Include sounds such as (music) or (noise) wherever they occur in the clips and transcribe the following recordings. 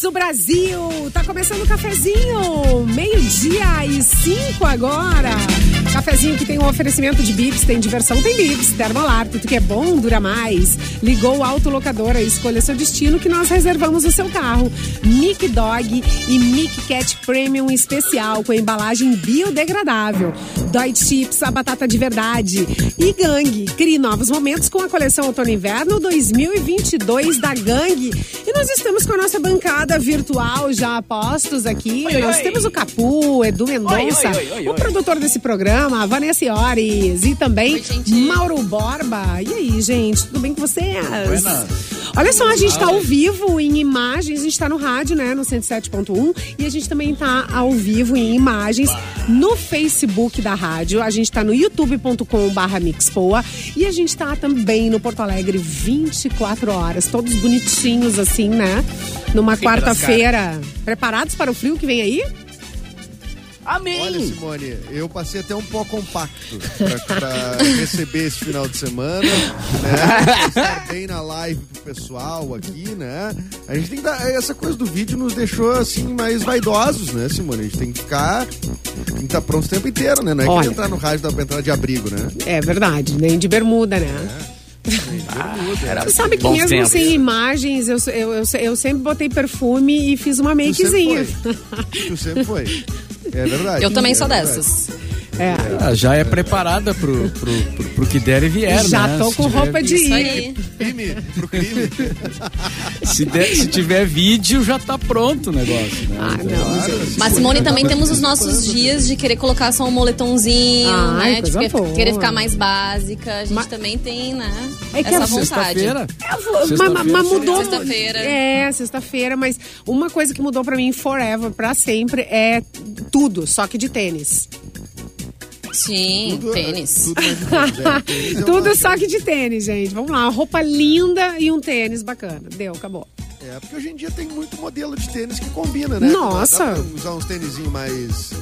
do Brasil. Tá começando o cafezinho, meio-dia e cinco agora. Cafezinho que tem um oferecimento de bips, tem diversão, tem bips, termolar, tudo que é bom dura mais. Ligou o autolocadora, escolha seu destino que nós reservamos o seu carro. Mic Dog e Mic Cat Premium especial com embalagem biodegradável. Dói Chips, a batata de verdade. E Gangue, crie novos momentos com a coleção Outono e Inverno 2022 da Gangue. E nós estamos com a nossa bancada virtual já apostos aqui. Oi, nós oi. temos o Capu, Edu Mendonça, Oi, oi, oi, oi, o oi. produtor desse programa, a Vanessa Iores e também Oi, gente. Mauro Borba. E aí, gente, tudo bem com vocês? Buenas. Olha só, a gente está ao vivo em imagens, a gente está no rádio, né, no 107.1, e a gente também está ao vivo em imagens no Facebook da rádio, a gente está no youtube.com/barra mixpoa e a gente está também no Porto Alegre 24 horas, todos bonitinhos assim, né, numa Fica nas quarta-feira. Preparados para o frio que vem aí? Olha, Amém! Simone, eu passei até um pó compacto pra, pra (laughs) receber esse final de semana, né? Estar bem na live pro pessoal aqui, né? A gente tem que dar, essa coisa do vídeo nos deixou assim mais vaidosos, né, Simone? A gente tem que ficar, tem que estar pronto o tempo inteiro, né? Não é Olha. que entrar no rádio dá pra entrar de abrigo, né? É verdade, nem de bermuda, né? Era Você sabe que bons mesmo tempos. sem imagens, eu, eu, eu, eu sempre botei perfume e fiz uma Tu sempre makezinha. foi. Tu sempre foi. É verdade. Eu também sou É verdade. dessas. É. Ah, já é preparada pro, pro, pro, pro que der e vier, Já né? tô Se com tiver- roupa de Isso ir. aí. Crime, pro crime. Se, der- se tiver vídeo, já tá pronto o negócio, né? Ah, não, gente. Mas, Simone, é também temos os nossos dias de querer colocar só um moletomzinho, Ai, né? De coisa querer, boa. querer ficar mais básica. A gente Mas- também tem, né? É que essa a vontade. Sexta-feira. Mas, Sexta-feira, mas- mas sim. mudou. mu- Sexta-feira. É, sexta-feira, mas uma coisa que mudou pra mim forever, pra sempre, é tudo, só que de tênis. Sim, né? tênis. Tudo, é, (laughs) tênis é uma- Tudo só que de tênis, gente. Vamos lá, uma roupa linda e um tênis bacana. Deu, acabou. É, porque hoje em dia tem muito modelo de tênis que combina, né? Nossa! Dá pra usar uns tênisinhos mais.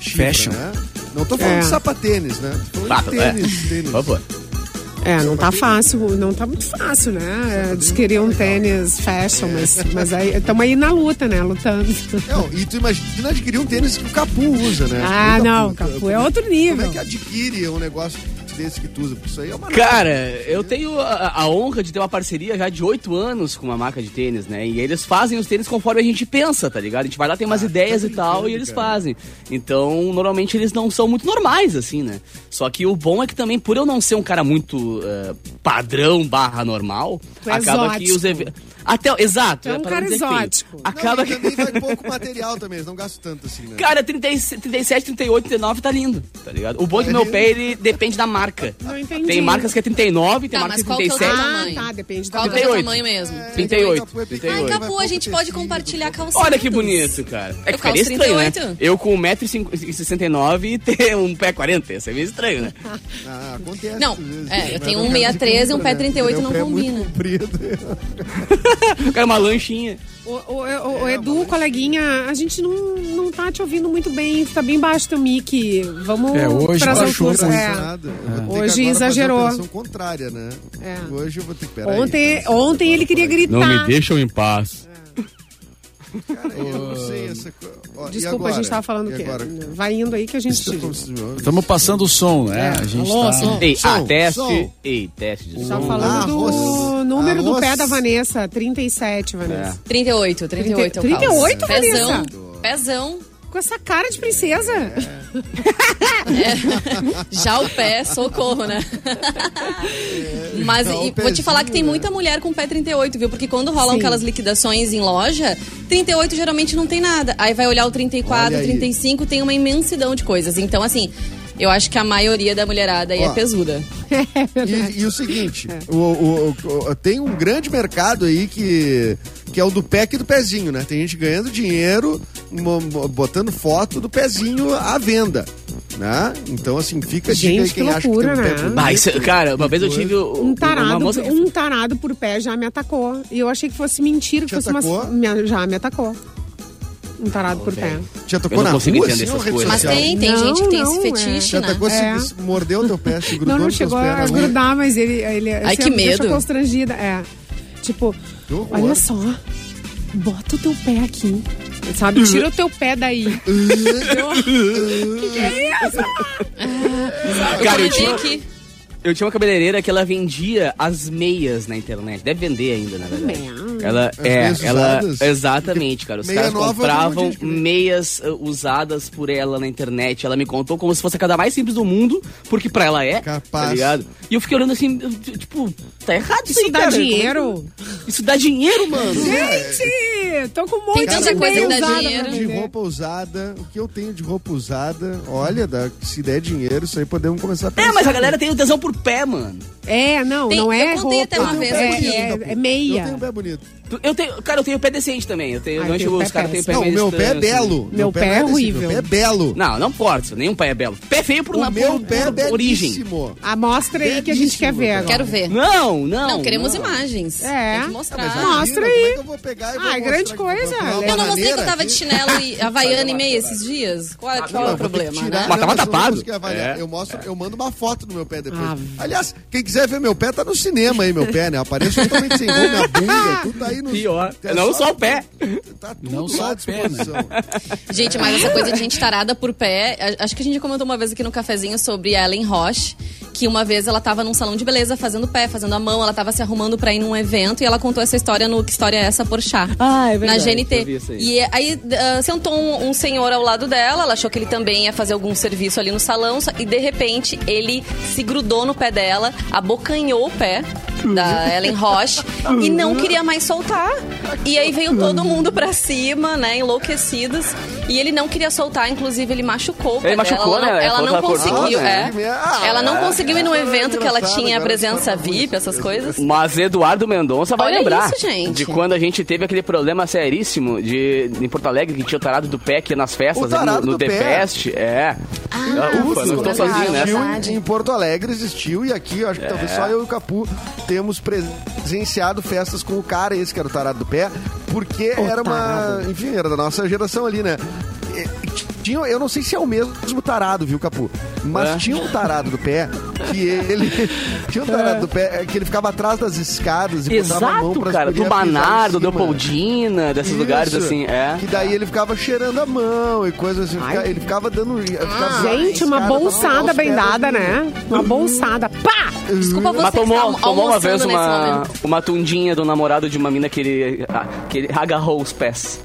Chifra, Fashion. Né? Não tô falando É. de sapatênis, né? Tô falando de Ah, é. (laughs) tênis, tênis. Por favor. É, não tá fácil, não tá muito fácil, né? Adquirir um tênis fashion, mas, mas aí estamos aí na luta, né? Lutando. Não, e tu imagina adquirir um tênis que o Capu usa, né? Ah, O não, Capu é outro Como nível. é que adquire um negócio desse que tu usa? Porque isso aí é uma. Cara, eu tenho a, a honra de ter uma parceria já de oito anos com uma marca de tênis, né? E eles fazem os tênis conforme a gente pensa, tá ligado? A gente vai lá, tem Ah, umas ideias e tá tal, e eles fazem. Então, normalmente eles não são muito normais, assim, né? Só que o bom é que também, por eu não ser um cara muito eh, padrão barra normal, Tu é acaba que os exótico. eventos. Até, exato, Tu é um pra cara não dizer feio. exótico. Não, Acaba não, e que. também vai pouco material também, eles não gastam tanto assim, né? Cara, 30, 37, 38, 39 tá lindo, tá ligado? O bom é que Tá meu lindo. pé, ele depende da marca. Não entendi. Tem marcas que é 39, tem Tá, mas marcas que é qual que é o 37. teu Ah, tamanho? tá, depende do Qual que é o teu 38. tamanho mesmo? É, 38. Capu é pequeno, 38. Ai, vai Capu, pouco a gente pode tecido. compartilhar calçados. Olha que bonito, cara. É que Eu calço ficaria estranho, né? 38. Eu com 1,69m e ter um pé 40, isso é meio estranho, né? Ah, acontece. Não, às vezes, é, né? eu Mas tenho não 1,63 e um compra, pé né? 38 Meu não pé é muito combina. comprido. (laughs) Eu quero uma lanchinha. O, o- o- o Edu, coleguinha, a gente não, não tá te ouvindo muito bem, tá bem baixo teu mic. Vamos É, hoje pras baixou alturas. muito. É. Nada. Eu vou ter que Hoje agora exagerou. Fazer uma operação contrária, né? É. Hoje eu vou ter que peraí, Ontem, então, ontem agora ele queria vai. gritar. deixam em paz. Cara, eu não sei essa coisa. Ó, e Desculpa, agora? a gente tava falando E o quê? agora? Vai indo aí que a gente. Estamos passando o som, né? É, A gente alô, tá... som. Ei, Som, ah, teste. som. Ei, teste de Tá som. Ah, falando do Arroz. número do pé Arroz. da Vanessa, 37, Vanessa. 38, 38 eu calço. 38, Pezão, Vanessa? pezão. É. Com essa cara de princesa. Já o pé, socorro, (laughs) né? Mas já o e vou te falar que tem pezinho, né? muita mulher com pé 38, viu? Porque quando rolam Sim. aquelas liquidações em loja, 38 geralmente não tem nada. Aí vai olhar o 34, Olha aí. 35, tem uma imensidão de coisas. Então, assim, eu acho que a maioria da mulherada aí é Ó. pesuda. E, e o seguinte, É. o- o- o- o- tem um grande mercado aí que, que é o do pé e do pezinho, né? Tem gente ganhando dinheiro, mo- mo- botando foto do pezinho à venda, né? Então, assim, fica a dica Gente, aí que quem acha loucura, que tem um né? pé bonito. Ah, isso- cara, uma vez eu tive Um uma tarado, moça que- um tarado por pé já me atacou. E eu achei que fosse mentira, que Te fosse uma. atacou? me- Já me atacou. Um tarado por pé. velho. Já Eu tocou não na consigo rua, entender assim, ou essas rede coisas. Mas social? tem, tem Não, gente que tem não, esse é. fetiche, Já né? tacou, É. se mordeu teu pé, se grudou Não, não nos teus chegou pés. né? a na rua. grudar, mas ele. ele Ai, assim, que me Deixou medo. constrangida. É. Tipo, Que horror. olha só. bota o teu pé aqui. Uhum. Sabe? Tira o teu pé daí. Eu- que que é isso? Cara, Tem eu tinha, que- eu tinha uma cabeleireira que ela vendia as meias na internet. Deve vender ainda, na verdade. Ela As é, meias ela usadas? exatamente, cara. Os Meia caras nova, não compravam tinha escrito. meias uh, usadas por ela na internet. Ela me contou como se fosse a cada mais simples do mundo, porque pra ela é, Capaz. tá ligado? E eu fiquei olhando assim, eu, t- tipo, tá errado isso, Isso aí, dá cara. dinheiro? Isso dá (laughs) dinheiro, mano. Gente, tô com um monte tanta de coisa meia que dá usada pra dinheiro. É. né? De vender. roupa usada, o que eu tenho de roupa usada, olha, dá- se der dinheiro, isso aí podemos começar a pensar. É, mas a galera tem o tesão por pé, mano. É, não, Tem- não é eu contei roupa. até uma vez é, aqui. é, é Eu tenho um meia. pé bonito. Tu- Eu tenho, cara, eu tenho pé decente também. Eu tenho, Ah, não eu tenho enxergo pé os caras têm pé péssimo. Não, meu meio pé é estranho, assim. belo. Meu não pé é desse, horrível. Meu pé é belo. Não, não pode, nenhum pé é belo. Pé feio por o uma meu por- pé é por origem. belíssimo. Ah, mostra aí que a gente quer ver agora. Quero ver. Não, Não, não. queremos imagens. É. Tem que Mas mostrar. Não, Mostra imagina, aí. Como é que eu vou pegar e Ah, vou é mostrar grande que coisa, vou Ale. Eu não mostrei que eu tava aqui? de chinelo (laughs) e havaiana e meia esses dias? Qual, qual é o problema, né? Mas tava eu não tapado. consigo avaliar. É. Eu, mostro, eu mando uma foto do meu pé depois. Ah. Aliás, quem quiser ver meu pé, tá no cinema aí, meu pé, né? Aparece totalmente sem roupa, minha (laughs) bunda, tudo tá aí no... Pior. Não só o pé. Tá tudo Não só lá à o pé, né? disposição. Gente, mas essa coisa de gente tarada por pé, a- acho que a gente já comentou uma vez aqui no cafezinho sobre a Ellen Roche, que uma vez ela tava num salão de beleza fazendo pé, fazendo a mão, ela tava se arrumando pra ir num evento e ela contou essa história no Que História é essa por chá. Ah, é Na verdade, eu vi GNT. isso aí. E aí ah, sentou um, um senhor ao lado dela, ela achou que ele também ia fazer algum serviço ali no salão só- e de repente ele se grudou no pé dela, abocanhou o pé da Ellen Roche e não queria mais soltar. E aí veio todo mundo pra cima, né, enlouquecidos. E ele não queria soltar, inclusive ele machucou o pé Ele dela. machucou, ela não, né? ela Quando não ela cortou, conseguiu, né? é. Ela não conseguiu ir no evento que ela é engraçado, tinha agora presença eu tô falando VIP, essas coisas. Mas Eduardo Mendonça vai Olha lembrar isso, gente. de quando a gente teve aquele problema seríssimo de, em Porto Alegre que tinha o tarado do pé que ia nas O festas tarado no, no do The pé. Fest. É. Ah, Ufa, é não estou Tudo sozinho existiu nessa. É. Em Porto Alegre existiu, e aqui eu acho que talvez só eu e o Capu temos presenciado festas com o cara, esse que era o tarado do pé, porque era uma. Enfim, era da nossa geração ali, né? E- t- Tinha, eu não sei se é o mesmo tarado, viu, Capu? Mas É. tinha um tarado do pé que ele. tinha um tarado do pé é, que ele ficava atrás das escadas e botava a mão Exato, pra cara. Do Banardo, do Leopoldina, desses lugares assim. É. né? Que daí ele ficava cheirando a mão e coisas assim. Ai. Ah, Ele ficava dando. ficava- Ah, Gente, uma Esse cara tava bolsada aos bem pés assim. dada, ali. né? Uma bolsada. Pá! (laughs) Desculpa você Mas tomou, que está tomou uma almoçando vez nesse uma, momento. uma tundinha do namorado de uma mina que ele, ah, que ele agarrou os pés.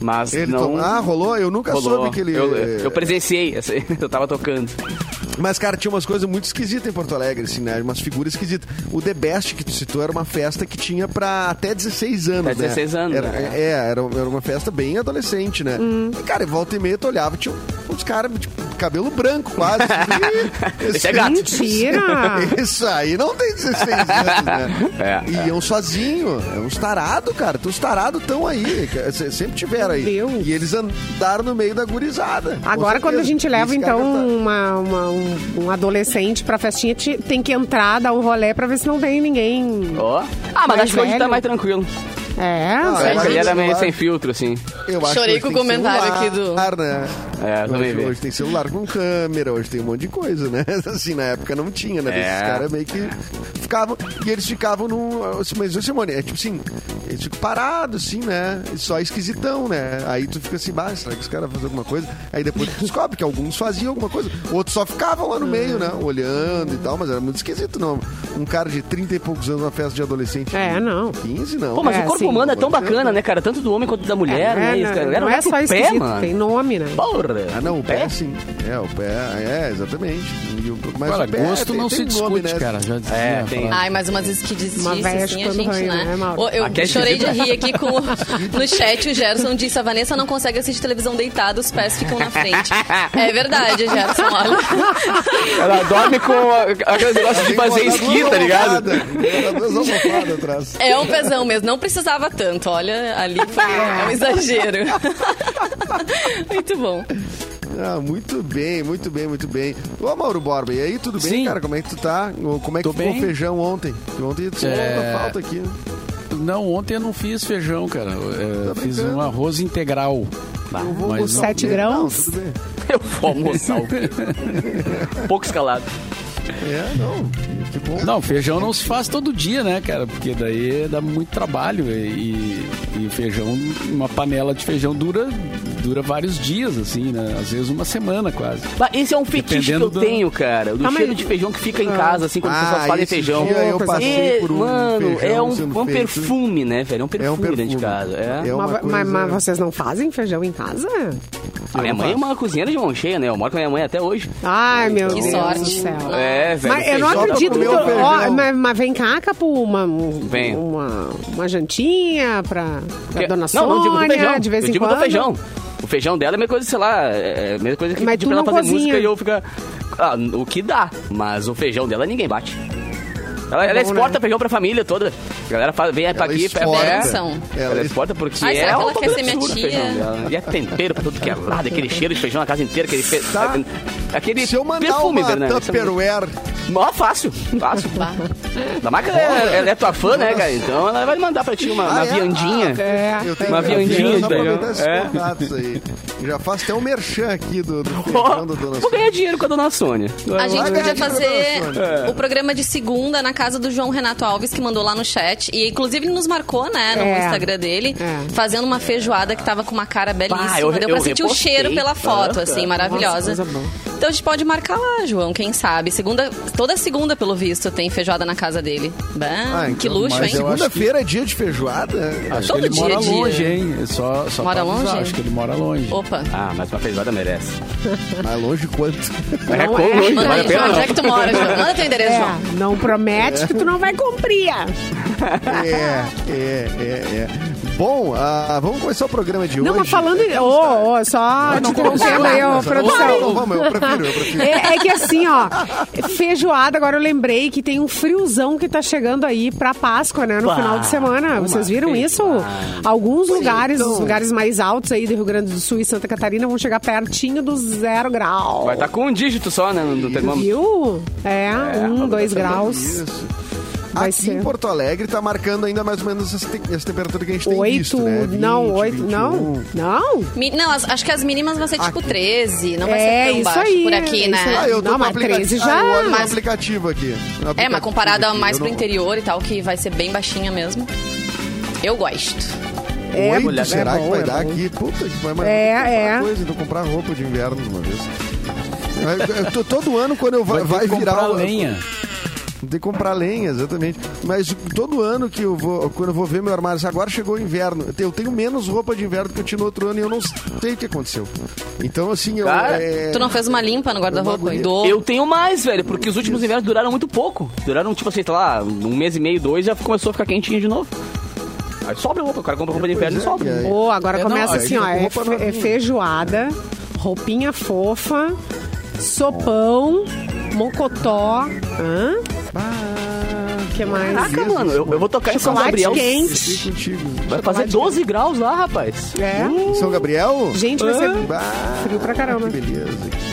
Mas Ele não. tomou- Ah, rolou? Eu nunca rolou. soube que ele. é- eu, eu presenciei, essa- (laughs) eu tava tocando. Mas, cara, tinha umas coisas muito esquisitas em Porto Alegre, assim, né? Umas figuras esquisitas. O The Best que tu citou era uma festa que tinha pra até 16 anos, Até 16 né? anos, Era, né? É, era, era uma festa bem adolescente, né? Uhum. E, cara, volta e meia tu olhava, tinha uns caras, tipo, cabelo branco quase. assim. (laughs) Ih, Esse é gato. Mentira! (laughs) Isso aí não tem 16 anos, né? É, e iam sozinho. É uns tarados, cara. Os tarados estão aí. que é, se- Sempre tiveram aí. Meu Deus. E eles andaram no meio da gurizada. com Agora, quando a certeza. gente leva, Esse cara então, tá- uma, uma- um, um adolescente pra festinha, te- tem que entrar, dar um rolê pra ver se não tem ninguém. Ó. Ah, mas Mais acho que hoje tá velho? mais tranquilo. É, Ah, Mas mas ele isso era meio lá- sem filtro, assim. Eu acho Chorei que com hoje o tem comentário aqui do- celular, Né? É, eu também hoje, vi. hoje tem celular com câmera, hoje tem um monte de coisa, né? (laughs) Assim, na época não tinha, né? É. Esses caras meio que ficavam. E eles ficavam num. assim, Mas, ô Simone, é tipo assim, eles ficam parados, assim, né? E Só esquisitão, né? Aí tu fica assim, bah, será que os caras fazem alguma coisa? Aí depois tu descobre que alguns faziam alguma coisa, outros só ficavam lá no meio, né? Olhando e tal, mas era muito esquisito, não. Um cara de 30 e poucos anos numa festa de adolescente. É, não. 15, não. Pô, mas É, o corpo sim. humano é tão Pode ser, bacana, né? né, cara? Tanto do homem quanto da mulher, né? Isso, cara. não, Era não olhar é pro só pé, esquisito, mano. tem nome, né? Porra. Ah, não, o pé, sim. É, o pé, é, exatamente. E o- mas Cara, o pé gosto tem- não tem se nome, discute, né? cara. Já dizia, É, tem. falar. Ai, mas umas esquiditices, Uma véia assim, a chupando gente, banho, né, né? Mauro? Ô, Eu Aqui é chorei de esquisito. rir aqui com, o- no chat, o Gerson disse, a Vanessa não consegue assistir televisão deitada, os pés ficam na frente. É verdade, Gerson, olha. Ela dorme com a- aquele negócio de Tem fazer que botar esqui, duas tá (laughs) ligado? almofadas, tem que botar Duas almofadas atrás. É um pesão mesmo, não precisava tanto, olha, ali foi é um Ah. exagero. (laughs) Muito bom. Ah, muito bem, muito bem, muito bem. Ô, Mauro Borba, e aí, tudo bem, Sim. cara? Como é que tu tá? Ô, Como é que Tô ficou bem. o feijão ontem? Que ontem tu É. outra falta aqui. Não, ontem eu não fiz feijão, cara. Eu, é, Tá fiz brincando. um arroz integral. Tá. Eu vou Mas (laughs) almoçar não- Sete bem. Não, grãos? tudo bem. Eu vou almoçar o quê? um Pouco escalado. É, não. que- Que bom. Não, feijão não se faz todo dia, né, cara? Porque daí dá muito trabalho e, e feijão, uma panela de feijão dura, dura vários dias, assim, né? Às vezes uma semana quase. Bah, Esse é um fetiche que eu Dependendo do- tenho, cara. Do Ah, mas- cheiro de feijão que fica em casa, assim, quando o pessoal fala em Ah, esse feijão. dia eu Coisa passei E, por um mano, feijão é um, sendo é um feito. perfume, né, velho? É um perfume, dentro de perfume. casa. É. É uma mas, coisa- mas- mas vocês não fazem feijão em casa? A minha mãe é uma cozinheira de mão cheia, né? Eu moro com a minha mãe até hoje. Ai, meu Que Deus sorte. do céu. É, velho. Mas eu não feijão pra acredito que. comer eu- o Ó, feijão. mas, mas vem cá, Capu, uma, um- Vem. uma, uma jantinha pra, pra Que- dona não, Sônia, não digo do feijão. de vez eu em digo quando. do feijão. O feijão dela é minha coisa, sei lá, é a mesma coisa que Mas pedir tu pra ela não fazer cozinha. música e eu ficar. Ah, o que dá, mas o feijão dela ninguém bate. Ela, ela Bom, exporta né? feijão pra família toda. A galera fala, vem pra aqui, pra exporta. é. São. Ela Ela exporta porque Ai, será é que ela quer um ser absurdo minha o feijão tia? dela. E é tempero pra tudo que é lado, aquele cheiro de feijão na casa inteira, aquele, fe... Tá. aquele Se eu mandar perfume, é uma Fernanda. Tupperware, Mó fácil, fácil. Da marca, ela, ela é tua fã, né, cara? Então ela vai mandar pra ti uma, uma Ah, é? viandinha. É. eu tenho Uma viandinha, só pra entendeu? aproveitar esses É. contatos aí. Já faço até um merchan aqui Então, do, do feijão da dona Vou ganhar dinheiro com a dona Sônia. A gente Larga podia aí, fazer dona É. o programa de segunda na casa do João Renato Alves, que mandou lá no chat. E inclusive ele nos marcou, né, no É. Instagram dele, É. fazendo uma feijoada que tava com uma cara belíssima. Bah, eu- Deu pra eu sentir o repostei. cheiro pela foto, Ah, assim, tá. maravilhosa. Nossa, coisa boa. então a gente pode marcar lá, João, quem sabe. Segunda, toda segunda, pelo visto, tem feijoada na casa dele. Bah, Ah, então, que luxo, mas hein? eu acho Segunda-feira é dia de feijoada? Acho Todo que ele dia mora é dia. longe, hein? É Só, só Mora pra avisar, longe? Acho que ele mora longe. Opa. Ah, mas uma feijoada merece. Mas longe quanto? é Não com é. longe, Manda vale aí, a pena. João, onde não. é que tu mora, João? Manda teu endereço, João. (laughs) É, não promete que tu não vai cumprir. ah. É, é, é, é. Bom, ah, vamos começar o programa de hoje. Não, mas falando. em- Ô, ô, só te interrompendo aí, ô, Mas, produção. Não, não, vamos, eu prefiro, eu prefiro. É, é que assim, ó, feijoada, agora eu lembrei que tem um friozão que tá chegando aí pra Páscoa, né? No Bah, final de semana. uma Vocês viram isso? Alguns lugares, os lugares mais altos aí do Rio Grande do Sul e Santa Catarina vão chegar pertinho do zero grau. tá Vai estar com um dígito só, né, no, no termômetro. Viu? É, um, vamos dois dar graus. Isso. Vai Aqui ser. em Porto Alegre tá marcando ainda mais ou menos essa, te- essa temperatura que a gente tem Oito, visto, né? um. 20, não, oito, não, 21. não. Mi- Não, as- acho que as mínimas vai ser tipo 13, não vai É, ser tão isso baixo aí, por aqui, é né? isso aí. Ah, eu tô Não, com mas aplica- 13 Ah, já. eu olho no Mas- aplicativo aqui. no É, mas aplicativo comparado a aqui, mais eu pro não- interior e tal, que vai ser bem baixinha mesmo. Eu gosto. É, Oito, mulher, será é que bom, vai é dar bom. aqui? Puta que vai mais É, é. coisa, então comprar roupa de inverno de uma vez. É, Eu- eu tô- Todo ano, quando eu vai, Vai, vai ter que virar comprar o- lenha. Tem que comprar lenha, exatamente. Mas todo ano que eu vou, quando eu vou ver meu armário, se agora chegou o inverno, eu tenho- eu tenho menos roupa de inverno que eu tinha no outro ano e eu não sei o que aconteceu. Então, assim, eu. Cara, é, Tu não fez uma limpa no guarda-roupa? agonia. Do... Eu tenho mais, velho, porque os últimos invernos duraram muito pouco. Duraram, tipo assim, sei lá, um mês e meio, dois, já começou a ficar quentinho de novo. Aí sobra roupa, o cara compra roupa de inverno e Pois é, sobra. e aí? Ô, agora É, não, começa aí assim, ó. fica É, com roupa fe- é novinha. feijoada, roupinha fofa, sopão, mocotó. Hã? O que mais? Caraca, mano, eu, eu vou tocar em São Chocolate Gabriel. quente. Fiquei contigo. Vai fazer 12 graus lá, rapaz. É. São Gabriel? Gente, vai ser Bah, frio pra caramba. Que beleza.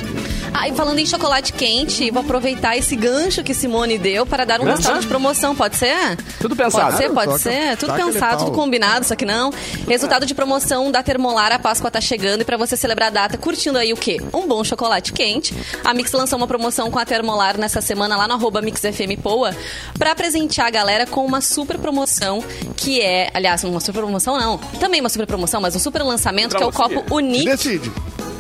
Ah, e falando em chocolate quente, vou aproveitar esse gancho que Simone deu para dar um resultado de promoção, pode ser? Tudo pensado. Pode ser, pode Toca- ser. É Tudo taca pensado, letal. tudo combinado, só que não. Resultado de promoção da Termolar, a Páscoa tá chegando e para você celebrar a data, curtindo aí o quê? Um bom chocolate quente. A Mix lançou uma promoção com a Termolar nessa semana lá no arroba MixFMPoa para presentear a galera com uma super promoção que é, aliás, uma super promoção não, também uma super promoção, mas um super lançamento que é o Promocinha. (laughs) copo Unique. Decide.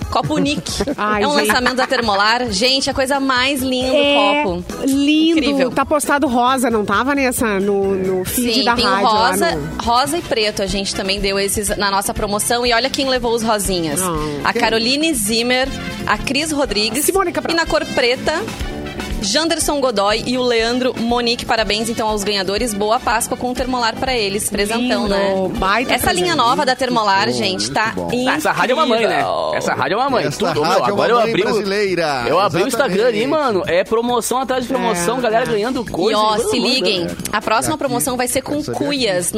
Copo Nick. Ai, é um gente. lançamento da Termolar. Gente, a coisa mais linda É do copo. lindo. Incrível. Tá postado rosa, não tava nessa no, no feed Sim, da tem o rádio lá rosa, no- rosa e preto. A gente também deu esses na nossa promoção. E olha quem levou os rosinhas. Não. A Caroline Zimmer, a Cris Rodrigues. Simone Cabral. E na cor preta... Janderson Godoy e o Leandro Monique, parabéns então aos ganhadores. Boa Páscoa com o Termolar pra eles. Presentão, Lindo, né? baita Essa presente. linha nova da Termolar, gente, tá bom. incrível. Ah, Essa rádio é uma mãe, né? Essa rádio é uma mãe. Essa Tudo, meu, rádio é uma agora eu mãe abri o- brasileira. Eu abri o Instagram ali, Exatamente. mano. É promoção atrás de promoção, É. galera ganhando coisa. E ó, todo se mundo, liguem, né? a próxima Aqui, promoção vai ser com essa é daqui, cuias essa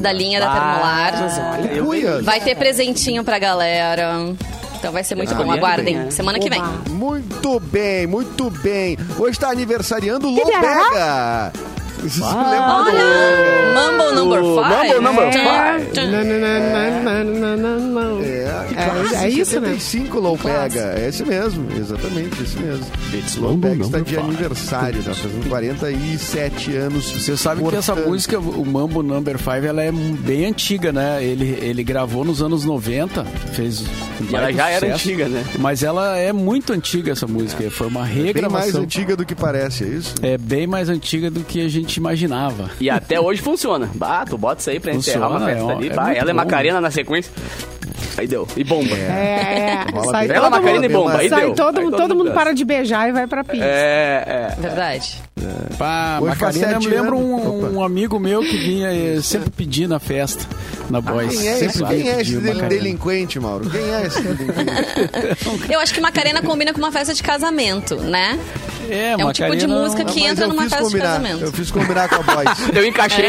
daqui, da né? linha da Ah, Termolar. Eu- Cuias. Vai ter presentinho pra galera. Então vai ser muito Ah, bom, muito aguardem. bem, né? Semana que vem. Oba. é, Muito bem, muito bem. Hoje está tá aniversariando o Lou Pirará? Bega. Vocês lembram do- Mumble number O 5. Mumble number five. É, É, é isso, né? 75 Low Pega. É esse mesmo, exatamente, esse mesmo. It's Low Pega London está number de five. aniversário, tá fazendo 47 anos. Você sabe que essa Portanto, música, o Mambo Number 5, ela é bem antiga, né? Ele, ele gravou nos anos 90, fez. um E ela baita já era sucesso. antiga, né? Mas ela é muito antiga essa música, foi uma É Bem mais regravação. antiga do que parece, é isso? é bem mais antiga do que a gente imaginava. E até hoje funciona. Bah, tu bota isso aí pra encerrar uma Funciona, festa é, ó, ali. é bah, muito ela é bom. Macarena na sequência. Aí deu. E bomba. É, É, Rola sai bem. Ela, todo Macarena e mundo, bomba. Aí sai deu. todo, Aí mundo- todo todo mundo mundo dança. para de beijar e vai pra pizza. é. Verdade. Pá, Hoje faz Macarena, eu me sete lembro anos. um, um Opa. amigo meu que vinha (laughs) eh, sempre pedir na festa, na Boys. Quem é esse, Sempre quem é pedia esse del- Macarena. delinquente, Mauro? Quem é esse delinquente? Eu acho que Macarena combina com uma festa de casamento, né? É, É um tipo de Macarena não- música que Mas entra eu numa fiz festa de combinar, casamento. Eu fiz combinar com a Boys. Eu encaixei.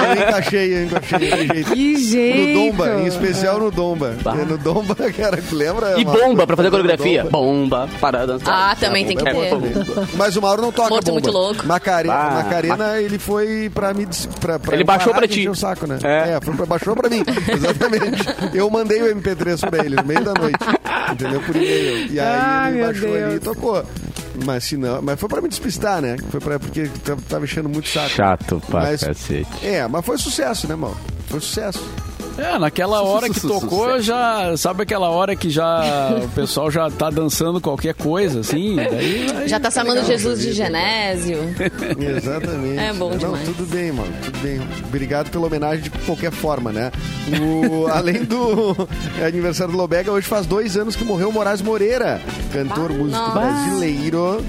Eu encaixei, eu (laughs) encaixei. eu encaixei. Que No (laughs) jeito. Domba, em especial no Domba. Bah. No Domba, (laughs) cara, tu lembra? E Mauro? bomba pra fazer No coreografia. Domba. Bomba para dançar. Ah, também tem que É, ter. bomba. Mas o Mauro não toca Morto é bomba. muito louco. Macarena, Ah, Macarena ele foi pra me... dis- Pra, pra Ele eu baixou parar pra de ti. encher O saco, né? É. É, foi pra, baixou pra (laughs) mim, exatamente. Eu mandei o MP3 pra ele no meio da noite, entendeu? Por e-mail. E aí Ah, ele meu baixou ali e Deus. tocou. Mas se não... Mas foi pra me despistar, né? Foi pra... Porque tá- tava enchendo muito saco. Chato pra Mas- cacete. É, mas foi sucesso, né, Mauro? Foi sucesso. É, naquela hora (laughs) que tocou, já. Sabe aquela hora que já o pessoal já tá dançando qualquer coisa, assim? Daí vai- Já tá chamando legal, Jesus de bonito. Genésio. Exatamente. É bom Não, demais. tudo bem, mano. Tudo bem. Obrigado pela homenagem de qualquer forma, né? (laughs) O- além do aniversário do Lobega, hoje faz dois anos que morreu o Moraes Moreira, cantor, músico Ah, nossa. brasileiro.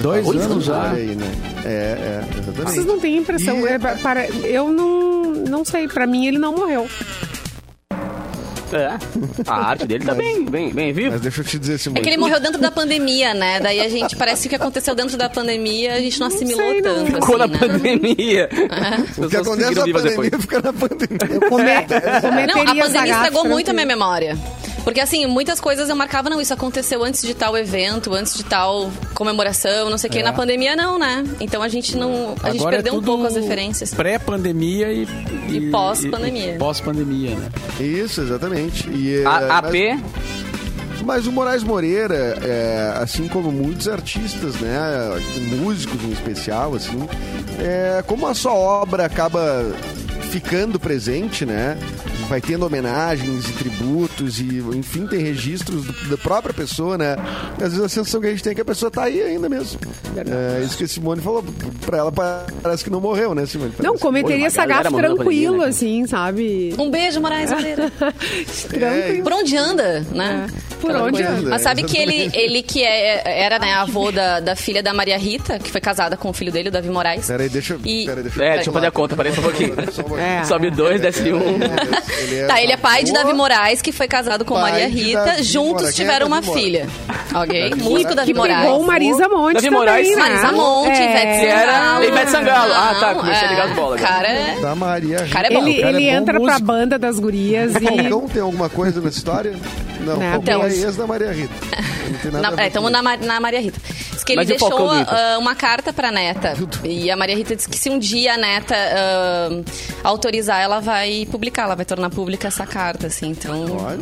Dois Faz anos já. olha Aí, né? É, é, exatamente. Vocês não têm impressão. E- é, pa- para- eu não, não sei. Pra mim, ele não morreu. É. A arte dele tá bem, bem, bem viva. Mas deixa eu te dizer, assim, Simone. É que ele moreu dentro da pandemia, né? Daí a gente parece que o que aconteceu dentro da pandemia a gente não assimilou sei, não. tanto. Ficou na assim, né? pandemia. As O que pessoas acontece na conseguiram vivas pandemia depois. fica na pandemia. (laughs) É, Não, a Cometeria pandemia essa estragou gafe, muito a tranquilo. minha memória. Porque, assim, muitas coisas eu marcava, não, isso aconteceu antes de tal evento, antes de tal comemoração, não sei o É. quê. Na pandemia, não, né? Então a gente não. A gente Agora é perdeu um tudo pouco as referências. Pré-pandemia e, E pós-pandemia. e- e Pós-pandemia, né? é. Isso, exatamente. E, é, A, mas- AP, Mas o Moraes Moreira, é, assim como muitos artistas, né, músicos em especial, assim, é, como a sua obra acaba ficando presente, né, vai tendo homenagens e tributos e, enfim, tem registros do- da própria pessoa, né, às vezes a sensação que a gente tem é que a pessoa tá aí ainda mesmo. É, isso que a Simone falou, pra ela parece que não morreu, né, Simone? Não, Parece que cometeria Pô, essa uma galera gafe morreu na tranquilo, pandemia, né? assim, sabe? Um beijo, (laughs) Moraes Moreira. Tranquilo. Por onde anda, né? Por tá Aquela onde é é? coisa. anda, Mas né? sabe que ele, exatamente. ele que é, era né, avô da, da filha da Maria Rita, que foi casada com o filho dele, o Davi Moraes. Peraí, deixa, eu- E- peraí, deixa É, deixa eu fazer a calcular. conta, peraí só um (laughs) pouquinho. Só um pouquinho. É. sobe dois, desce um. Tá, ele é pai de Boa. Davi Moraes, que foi casado com Pai Maria de Rita. Davi Juntos Moraes. Quem é tiveram uma Davi Moraes? filha. Ok? Davi Músico Moraes. Davi Que Moraes. Pegou o Marisa Monte Davi também, Moraes, né? Marisa Monte, Ivete Que era Sangalo. Ivete Sangalo. Ah, tá, comecei a é. ligar as bolas agora. Cara, é- Da Maria. Rita. cara é bom. Ele, cara é ele bom entra pra músico. banda das gurias e... Falcão tem alguma coisa nessa história? Não, Né? Falcão Então, é ex da Maria Rita. Não tem nada a ver Na, é, com estamos isso. na, Ma- na Maria Rita. Diz que ele Mas e o deixou Falcão Brito? ah, uma carta pra neta. Tudo. E a Maria Rita disse que se um dia a neta ah, autorizar, ela vai publicar, ela vai tornar pública essa carta, assim. Então, Olha,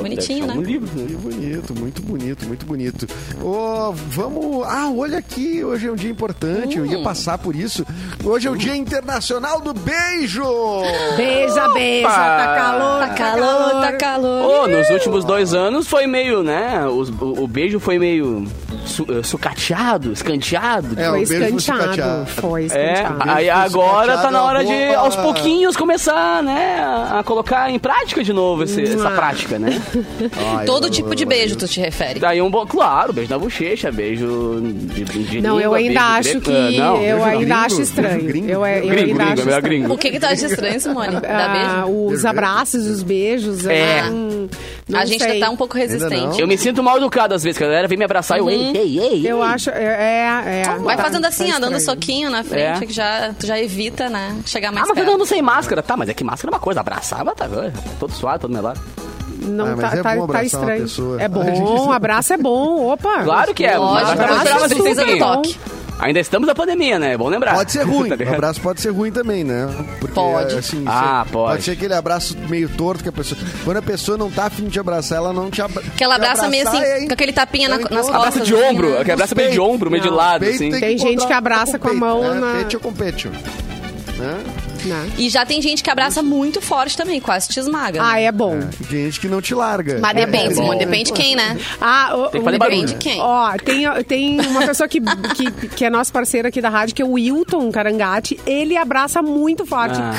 bonitinho, Deve ser Um né? livro, né? que bonito, muito bonito, muito bonito. Ô, vamos. Ah, olha aqui, hoje é um dia importante, eu Hum. ia passar por isso. Hoje é o Dia Internacional do Beijo! Beija, beija, tá calor, tá calor, tá calor. Ô, nos últimos dois anos foi meio, né? os- o, o beijo foi meio su, eh, sucateado, escanteado. É, Foi o beijo foi escanteado, sucateado. foi É, escanteado. aí agora tá na hora de, Opa! aos pouquinhos, começar, né, a colocar em prática de novo esse- essa prática, né? Ai, Todo eu- tipo de eu- beijo tu te refere. Daí um bom, claro, beijo na bochecha, beijo de, de Não, eu É língua, ainda beijo acho de- que... ah, não, eu beijo ainda gringo, acho beijo estranho. gringo. eu, é- eu Gringo, ainda gringo, acho é melhor estranho. gringo. O que que tu acha estranho, Simone? Dá Ah, beijo? os abraços, os beijos. É. ah, hum, não A gente sei. tá um pouco resistente. não? Eu me sinto mal educado às vezes, que a galera vem me abraçar e eu, ei, ei, ei. Uhum. Eu acho. É, é, é. Vai Tá, fazendo assim, tá ó, dando estranho. soquinho na frente, É. que já, tu já evita, né? Chegar Ah, mais mas tá perto. dando sem máscara. Tá, mas é que máscara é uma coisa, abraçar, mas tá todo suado, todo melado. Não, Ah, mas tá, é tá- bom tá abraçar uma estranho. pessoa. É bom, abraço é bom. Opa! Claro que é, assim, Lógico, mas abraço abraçar, mas tem super que bom. toque. Ainda estamos na pandemia, né? É bom lembrar. Pode ser ruim. (laughs) Tá o ligado? abraço pode ser ruim também, né? Porque, Pode. assim, Ah, você- pode. Pode ser aquele abraço meio torto que a pessoa. Quando a pessoa não tá afim de te abraçar, ela não te é abraça. Que ela abraça meio assim, com aquele tapinha na- Eu nas encontro. costas. Abraço de assim, ombro, né? aquele abraço meio de ombro, meio de Não. lado, assim. Tem gente que abraça com a mão na- Peito ou com peito. Né? né? E já tem gente que abraça muito forte também, quase te esmaga. né? Ah, é bom. Tem gente que não te larga. Mas depende, É, Simone, bom. depende de quem, né? Ah, o, Tem que fazer o- barulho. Depende de quem. Ó, tem, tem uma pessoa que, que, que é nosso parceiro aqui da rádio, que é o Wilton Carangati. Ele abraça muito forte. Ah.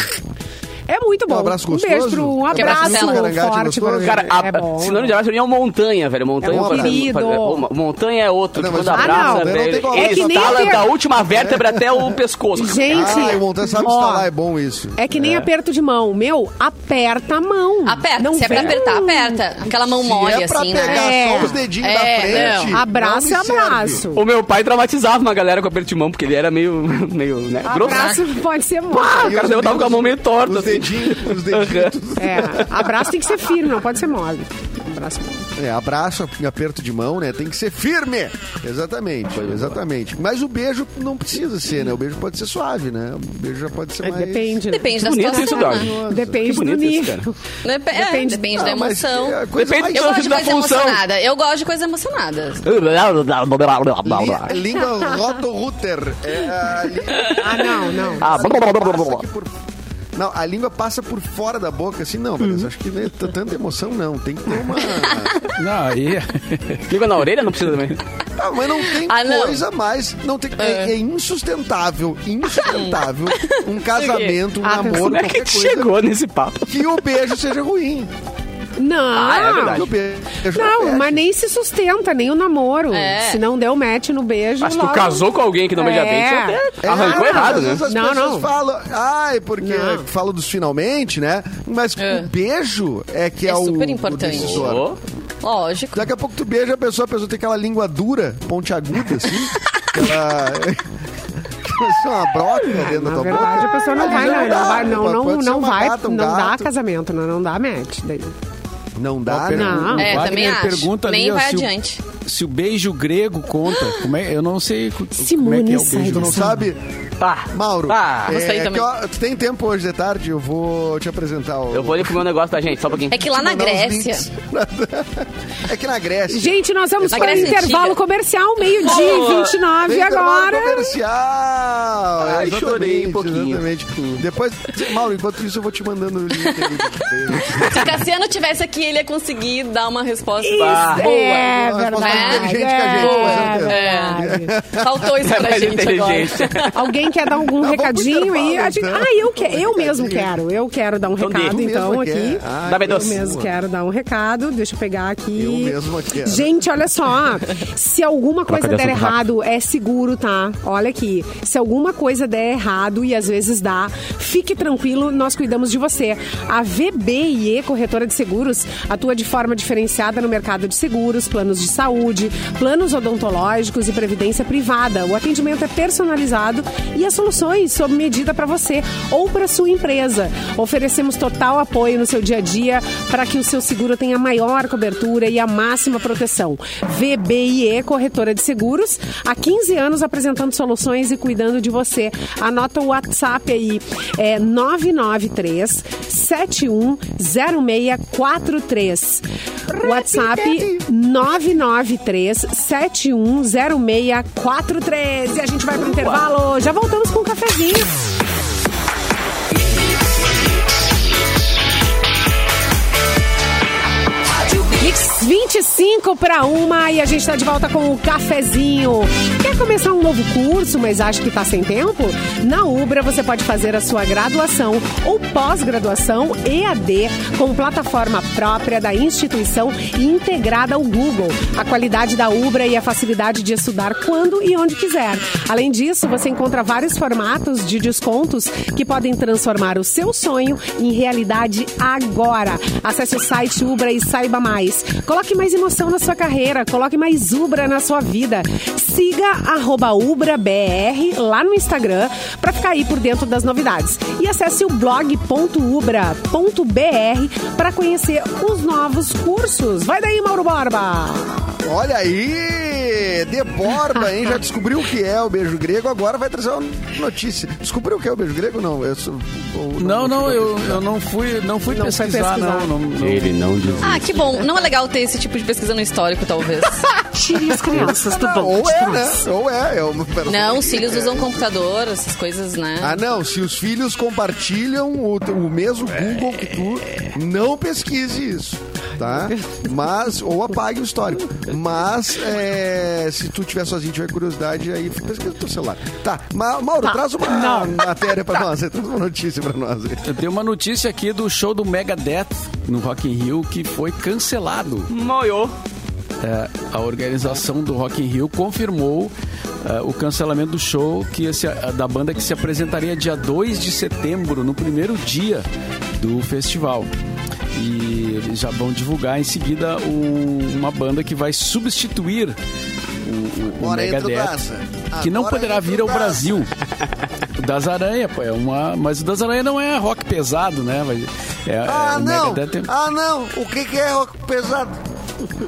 É muito bom. Um abraço gostoso? beijo pro um Que abraço, abraço Carangati forte. gostoso? pro- Cara, a, é bom. sinônimo de abraço pra mim é o montanha, velho. Montanha É um pra- querido. pra- pô, mo- montanha é outro. Não, Não, quando mas- Ah, abraça, não, não tem velho, como abraçar. ele É que nem estala ter- da última vértebra até o pescoço. Gente, Ah, o Montan sabe ó, instalar, é bom isso. é que nem aperto de mão. Meu, aperta a mão. Aperta, Não se é pra vem- apertar, aperta. Aquela mão mole, Se é pra assim, pegar né? É. só os dedinhos É, da frente. Abraço é não me serve. abraço. O meu pai traumatizava uma galera com aperto de mão, porque ele era meio, (laughs) meio né, grosso. Abraço pode ser mão. Ah, o E cara os deu- tava com a mão meio dedinhos- torta, Os assim. dedinhos, (laughs) os dedinhos. tudo. É, abraço tem que ser firme, não pode ser mole. Abraço. É, abraço, aperto de mão, né? Tem que ser firme. Exatamente, exatamente. Mas o beijo não precisa ser, né? O beijo pode ser suave, né? O beijo já pode ser É, mais... depende. né? Depende da Que bonito situação. isso, né? Dog. Que Depende do bonito isso, nível. cara. Dep- é, Depende. Depende, da Ah, mas emoção. é a coisa Depende mais- Eu gosto de da coisa função. emocionada. Eu gosto de coisa emocionada. Li- (laughs) Língua rotoruter. É a língua Ah, não, não. Ah, blá, blá, blá, blá, passa blá. aqui por... Não, a língua passa por fora da boca, assim, não, beleza. Acho que não é t- tanta emoção, não. Tem que ter uma. Não, aí. Língua na orelha não precisa também. Ah, mas não tem Ah, não. coisa mais. Não tem... é. é insustentável. Insustentável. um casamento, um Ah, namoro, Como é que a qualquer gente coisa. chegou nesse papo? Que o beijo seja ruim. (laughs) Não. Ah, é verdade. Que o beijo Não, aperte. mas nem se sustenta, nem o namoro. É. Se não deu match no beijo. Acho que tu logo- casou com alguém que não beija É. bem. Isso até É arrancou raro, errado, às né? vezes As Ah, Não, pessoas não. falam, ai, porque Não. falam dos finalmente, né? Mas É. o beijo é que é, É o. super o importante. decisor. Ô, Lógico. Daqui a pouco tu beija a pessoa, a pessoa tem aquela língua dura, pontiaguda, (laughs) assim. aquela. (laughs) Parece uma broca dentro da Na tua verdade, boca. a pessoa não Aí vai, não, não dá. vai, não, Pode- não, pode ser não uma vai, gata, um não dá gato. casamento, não, não dá match. Daí. Não dá, né? Não. É, Wagner também acho. pergunta ali, Nem ó, vai se o- adiante. Se o beijo grego (gasps) conta, como é, eu não sei co- como é Simone, que é o sai beijo. Tu não dessa- sabe? Pá. Mauro, Pá. é, gostei também. que, ó, tu tem tempo hoje de tarde? Eu vou te apresentar o. Eu vou ali pro meu negócio da gente, só um pouquinho. É (laughs) que lá na mandar os Grécia. links. (laughs) é que na Grécia. Gente, nós vamos Na para o Grécia intervalo Antiga. comercial, meio-dia e Boa. 29 Tem intervalo agora. comercial! Ai, Ah, Exatamente, chorei um pouquinho. Exatamente. Depois, Mauro, enquanto isso eu vou te mandando o link (laughs) aí. Se o Cassiano tivesse aqui, ele ia conseguir dar uma resposta. Isso Bah. é Boa. Uma resposta verdade. inteligente que a gente, com certeza. É verdade. Faltou isso (laughs) É pra mais gente agora. inteligente. Alguém quer dar algum Tá, vamos pro recadinho aí? intervalo, A gente- então. Ah, eu, que... Vamos eu pro mesmo recadinho. quero. Eu quero dar um Então dê. recado, Tu então, mesmo quer. aqui. Ah, Dá Eu B12. mesmo quero dar um recado. Deixa eu pegar aqui. Eu mesmo quero. Gente, olha só. Se alguma coisa de der assunto errado, é seguro, tá? Olha aqui. Se alguma coisa der errado, e às vezes dá, fique tranquilo, nós cuidamos de você. A VBIE Corretora de Seguros atua de forma diferenciada no mercado de seguros, planos de saúde, planos odontológicos e previdência privada. O atendimento é personalizado e as soluções sob medida para você ou para sua empresa. Oferecemos total apoio no seu dia a dia para que o seu seguro tenha a maior cobertura e a máxima proteção. VBIE Corretora de Seguros, há 15 anos apresentando soluções e cuidando de você. Anota o WhatsApp aí, é 993 710643. WhatsApp 993 710643. E a gente vai pro intervalo. Já voltamos com o cafezinho. Mix 25 para uma e a gente está de volta com o cafezinho. Quer começar um novo curso, mas acha que está sem tempo? Na Ubra você pode fazer a sua graduação ou pós-graduação EAD com plataforma própria da instituição e integrada ao Google. A qualidade da Ubra e a facilidade de estudar quando e onde quiser. Além disso, você encontra vários formatos de descontos que podem transformar o seu sonho em realidade agora. Acesse o site Ubra e saiba mais. Coloque mais emoção na sua carreira, coloque mais Ubra na sua vida. Siga arroba UbraBR lá no Instagram para ficar aí por dentro das novidades. E acesse o blog.ubra.br para conhecer os novos cursos. Vai daí, Mauro Borba! Olha aí! Grande, de borda, hein? Já descobriu o que é o beijo grego, agora vai trazer uma notícia. Descobriu o que é o beijo grego? Não, eu sou- ou- Não, não, chegou a eu, né? pesquisar. eu não fui, não fui Não fui pesquisar, pesquisar. não, não, não. Ele não diz. Ah, que bom. Não é legal ter esse tipo de pesquisa no (laughs) histórico, talvez. Tire as crianças do Não, banco ou de é, trás. né? Ou é. é uma operação Não, os que- filhos é. usam computador, essas coisas, né? Ah, não. Se os filhos compartilham o, o mesmo Google que tu, não pesquise isso, tá? Mas, ou apague o histórico. Mas, é, se tu tiver sozinho e tiver curiosidade, aí pesquisa no teu celular. Tá, Ma Mauro, traz uma matéria pra nós. aí, Traz uma notícia pra nós. aí. Eu tenho uma notícia aqui do show do Megadeth no Rock in Rio que foi cancelado. Moiô. É, a organização do Rock in Rio confirmou é, o cancelamento do show que esse- a- da banda que se apresentaria dia 2 de setembro, no primeiro dia do festival. E eles já vão divulgar em seguida o- uma banda que vai substituir o, o, o Bora, entra o Megadeth, Daza. que não Agora poderá entra o vir ao Daza. Brasil. O Das Aranha, pô, é uma. Mas o Das Aranha não é rock pesado, né? Mas é- é- Ah, o não. Megadeth é Ah, não. O que, que é rock pesado?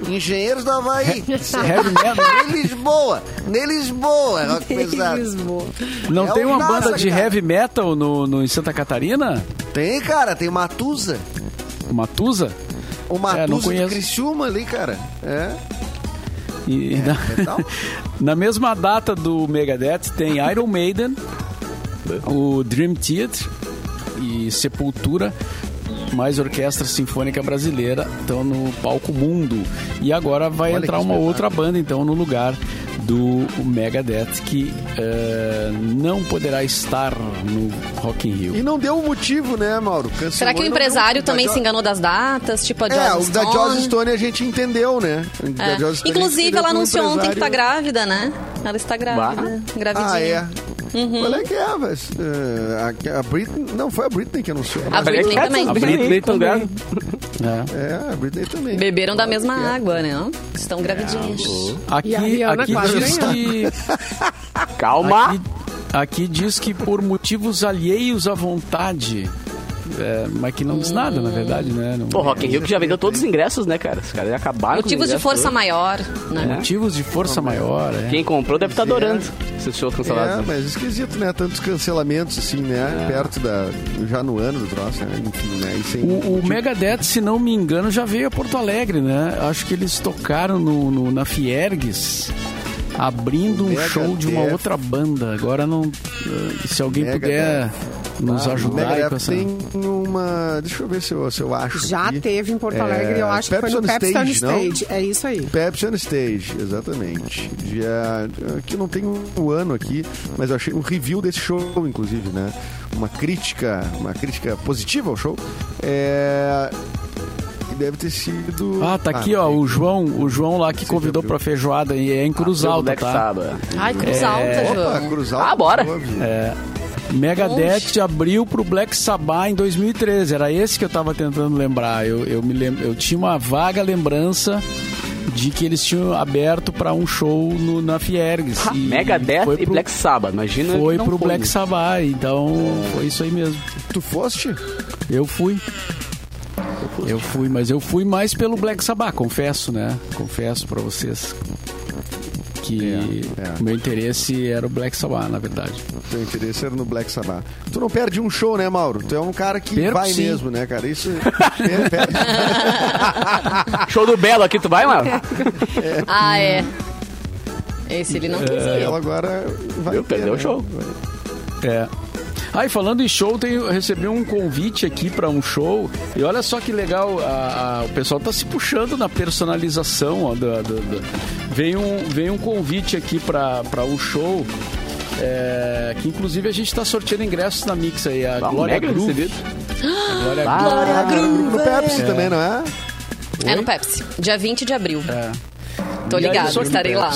Engenheiros da Havaí. heavy metal. Nem Lisboa. Nem Lisboa é rock pesado. Lisboa. Não É tem o uma Nasa, banda de cara. heavy metal no, no- em Santa Catarina? Tem, cara. Tem Matusa. Matusa? O É, não Matusa de conheço. Criciúma ali, cara. É. E, e na, metal? (laughs) na mesma data do Megadeth tem Iron Maiden, o Dream Theater e Sepultura, mais Orquestra Sinfônica Brasileira, estão no palco mundo. E agora vai Olha entrar que uma espetáculo. outra banda, então, no lugar do Megadeth, que eh, não poderá estar no Rock in Rio. E não deu um motivo, né, Mauro? Cancelou Será que o e não empresário deu. Da também Jo- se enganou das datas? Tipo a É, Joss o da Stone? Joss Stone a gente entendeu, né? O da É. Joss Stone a gente Inclusive, entendeu ela que o anunciou ontem que tá empresário- grávida, né? Ela está grávida. Uhum. Gravidinha. Ah, é. Qual é que é, mas, eh, a, a Britney... Não, foi a Britney que anunciou. né? A Mas- Britney Britney também. A Britney também. também. É. É, a Britney também. Beberam da mesma É. Ah, água, né? Estão gravidinhas. Aqui, E a Rihanna aqui quase diz ganhou. (laughs) que. Calma. Aqui, aqui diz que por motivos alheios à vontade. É, mas que não diz nada, na verdade, né? Não- Pô, Rock in Rio que já vendeu todos os ingressos, né, cara? Os caras acabaram com Motivos os de ingressos força todos. maior, né? Motivos de força maior. é. Quem comprou deve estar adorando esses shows cancelados. É, né? mas esquisito, né? Tantos cancelamentos, assim, né? É. Perto da... Já no ano do troço, né? Enfim, né? E sem O, o motivo. Megadeth, se não me engano, já veio a Porto Alegre, né? Acho que eles tocaram no, no- na Fiergues, abrindo um Megadeth. show de uma outra banda. Agora não. eh, Se alguém puder nos Ah, O ajudar aí com Megadeth essa. tem uma... Deixa eu ver se eu, se eu acho Já aqui. teve em Porto É, Alegre, eu acho que foi no Pepsi Pepsi on on Stage, não? Stage. É isso aí. Pepsi on Stage, exatamente. Dia... Aqui não tem o ano aqui, mas eu achei um review desse show, inclusive, né? Uma crítica, uma crítica positiva ao show. É... e Deve ter sido. Ah, tá aqui, ó, o João, o João lá que convidou abriu. pra feijoada e Ah, é em Cruz um Show do Alta, Black tá? Sabbath. Ai, cruz É. alta, Opa, João. cruzado. Ah, bora. Megadeth abriu pro Black Sabbath em 2013, era esse que eu tava tentando lembrar. Eu, eu me lembro, eu tinha uma vaga lembrança de que eles tinham aberto pra um show no, na Fiergs. Ha, Megadeth foi e pro- Black Sabbath, imagina. Foi que não pro foi. Black Sabbath, então foi isso aí mesmo. Tu foste? Eu fui. Eu fui, mas eu fui mais pelo Black Sabbath, confesso, né? Confesso pra vocês que É, é. o meu interesse era o Black Sabbath, na verdade. Teu interesse era no Black Sabbath. Tu não perde um show, né, Mauro? Tu é um cara que Perco, vai sim. mesmo, né, cara? (laughs) Isso. Per- per- Show do Belo aqui, tu vai, mano? É. Ah, é. Esse ele não É, quis ir. Ela agora vai. Eu ter, perdeu o né? show. É. Ah, e falando em show, tem, eu recebi um convite aqui pra um show. E olha só que legal, a- a- o pessoal tá se puxando na personalização. Ó, da- da- da- Vem, um, vem um convite aqui pra pra um show. é, que inclusive a gente tá sorteando ingressos na Mix aí. A Ah, um Glória mega Groove. recebido. A Glória Ah, Groove. Ah, era no Pepsi também, não é? É no Pepsi. Dia 20 de abril. É. Tô E aí, ligado, só que- estarei lá.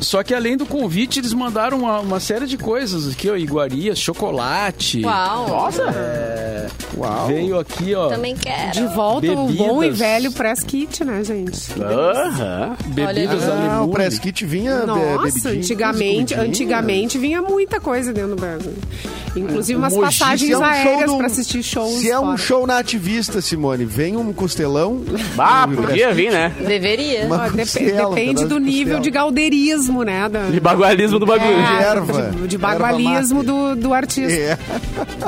Só que além do convite, eles mandaram uma, uma série de coisas aqui, ó. Iguarias, chocolate. Uau. Nossa! Uau. Veio aqui, ó. Também quero. De volta o bom e Bebidas. velho press kit, né, gente? É. Aham. Bebidas Ah, Olha o alemãs. press kit vinha be- Nossa, bebidinhas, antigamente, comidinhas. antigamente vinha muita coisa dentro do Brasil. Inclusive umas Mogi, Se é passagens um show aéreas do- pra assistir shows. Se é um fora. show na ativista, Simone, vem um costelão. (laughs) Ah, Um podia vir, né? Deveria. Ó, Uma dep- costela, É. um Ah, depende pedaço do de nível costela. de bagualismo, né? Da, De bagualismo do bagulho. É, De erva. De, de bagualismo Erva do, do artista. É.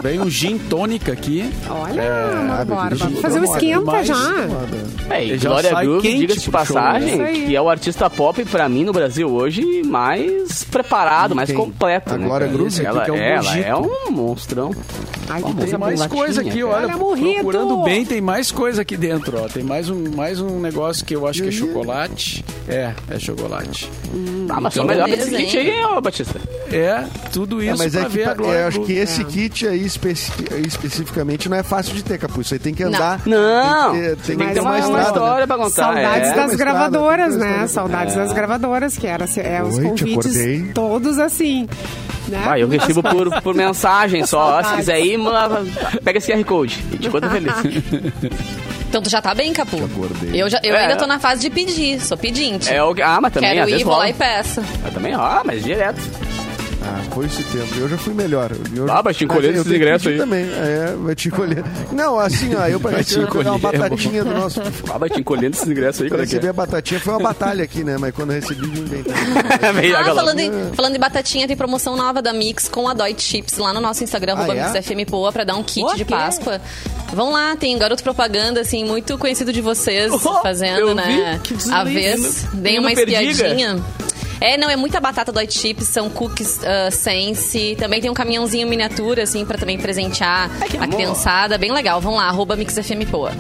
Vem um gin tônica aqui. Olha, Ah, uma meu Borba. Deus, Vou fazer um moda, esquenta mais já. moda. É, e Já Glória sai Groove, quente diga-se de pro show, né? passagem, Isso aí. que é o artista pop, pra mim, no Brasil hoje, mais preparado, mais Quem? completo. A né, Glória cara? Groove, que ela, é um ela mojito. é um monstrão. Ai, que Tem coisa Tem mais boa. coisa aqui, cara. olha. Olha, morrito. Procurando bem, tem mais coisa aqui dentro, ó. Tem mais um, mais um negócio que eu acho que Uhum. é chocolate. É, é chocolate. Ah, mas só melhor que esse Beleza, kit aí, ô Batista. É, tudo isso É, mas pra é que, ver pa- agora. eu acho que É. esse kit aí especi- especificamente não é fácil de ter, Capu. Isso aí tem que Não. andar. Não. Tem que ter, tem que Mas ter uma é uma estrada. né? história pra contar. Saudades é. das Uma gravadoras, estrada, né? uma Saudades das gravadoras, que era é, os Oi, te convites acordei. todos assim. Né? Ah, eu recebo por, por mensagem só. Se quiser ir, manda- pega esse QR Code. E te conta feliz. (laughs) Então tu já tá bem, Capu? acordei. Eu, já, eu É. ainda tô na fase de pedir, sou pedinte. É o que- Ah, mas também, Quero às vezes ir, vou rola. lá e peço. Ah, também, ah, mas direto. Ah, foi esse tempo. Eu já fui melhor. Eu, é, Ah, vai te encolher eu esses tenho que ingressos pedir aí. Também. É, vai te encolher. Não, assim, ó, eu Vai parei te de pegar uma encolher, é bom. batatinha do nosso. Ah, vai te encolhendo esses ingressos aí, Eu quando é que recebi é? a batatinha, foi uma batalha aqui, né? Mas quando eu recebi, me inventei. (laughs) Vem, Ah, joga lá. falando em, falando em batatinha, tem promoção nova da Mix com a Dói Chips lá no nosso Instagram, Ah, arroba é? Mix FM Poa, pra dar um kit Ok. de Páscoa. Vão lá, tem um garoto propaganda, assim, muito conhecido de vocês, Oh, fazendo, eu né? vi, que deslize, A vez, né? deem Menino uma perdiga. espiadinha. É, não, é muita batata Dói Chips, são cookies ah, sense. Também tem um caminhãozinho miniatura, assim, pra também presentear que a amor. criançada. Bem legal, vão lá, arroba Mix FM Poa.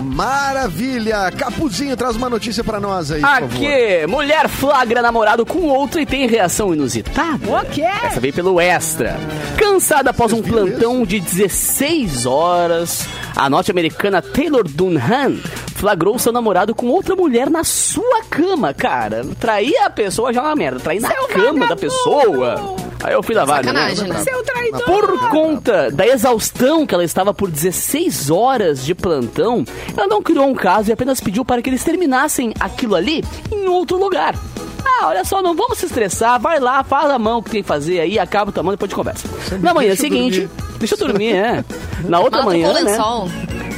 Maravilha! Capuzinho, traz uma notícia pra nós aí, por favor. Aqui, mulher flagra namorado com outro e tem reação inusitada. O quê? Essa veio pelo Extra. Cansada após um Vocês viram plantão de 16 horas, a norte-americana Taylor Dunham flagrou seu namorado com outra mulher na sua cama, cara. Trair a pessoa já é uma merda. Trair na cama da pessoa. Aí eu fui lavar, Ah, né? Sacanagem, né? Seu é traidor. Por conta da exaustão que ela estava por 16 horas de plantão, ela não criou um caso e apenas pediu para que eles terminassem aquilo ali em outro lugar. Ah, olha só, não vamos se estressar, vai lá, faz a mão que tem que fazer aí, acaba o tamanho, depois de conversa. Na manhã deixa eu seguinte, deixa eu dormir, é. Na outra Ela manhã, trocou né? lençol.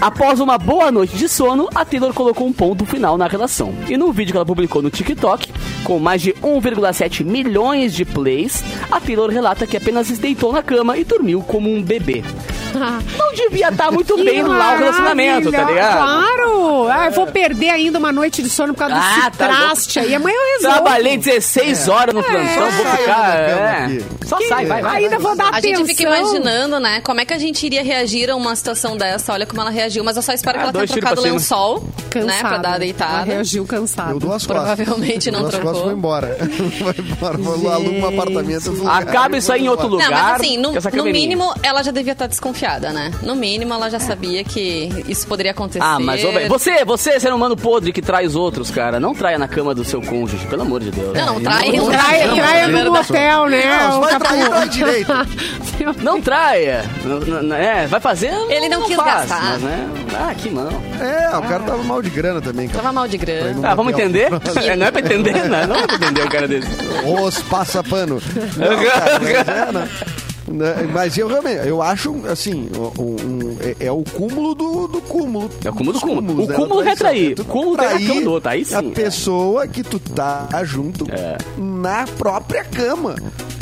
Após uma boa noite de sono, a Taylor colocou um ponto final na relação. E no vídeo que ela publicou no TikTok, com mais de 1,7 milhões de plays, a Taylor relata que apenas se deitou na cama e dormiu como um bebê. (laughs) Não devia estar muito bem lá o relacionamento, tá ligado? Claro! Ah, eu vou perder ainda uma noite de sono por causa Ah, desse tá traste aí. Amanhã eu resolvo. Trabalhei 16 horas no É. plantão, vou Saiam ficar. É. da cama é. aqui. Só sai, vai, vai. Ainda vou dar A atenção. gente fica imaginando, né? Como é que a gente iria reagir a uma situação dessa? Olha como ela reagiu. Mas eu só espero Ah, que ela tenha dois tiros trocado pra lençol, né? Cansada. Pra dar a Ela deitada. reagiu cansada. Eu dou as costas. Provavelmente não Eu dou as costas trocou. e vou embora. (laughs) Vai embora, vou alugo um apartamento. eu vou- Acaba isso aí em outro Não, lugar. mas assim, no, com essa no cadeirinha. mínimo, ela já devia estar desconfiada, né? No mínimo, ela já sabia que isso poderia acontecer. Ah, mas ô, velho, você, você, é ser humano podre que trai os outros, cara, não traia na cama do seu cônjuge, pelo amor de Deus. Não, não, trai. não Trai, Não, trai não, no não. hotel, né? Não, o vai Capu. trair, (laughs) trai direito. Não traia. N- n- É, vai fazer. Ele não quis faz, gastar. mas, né? Ah, que mão. É, o cara tava mal de grana também, cara. Tava mal de grana. Ah, vamos entender? (laughs) (laughs) É, não é pra entender, né? Não é pra entender o cara desse. Os (laughs) passa-pano. Não, cara, mas é, né? Né, Mas eu realmente, eu acho, assim, um- um- é, é o cúmulo do, do cúmulo. É o cúmulo Dos do cúmulo. cúmulos O da cúmulo é traição. trair. É tu O cúmulo tem trair na cama do outro, aí a sim, é. pessoa que tu tá junto na própria cama.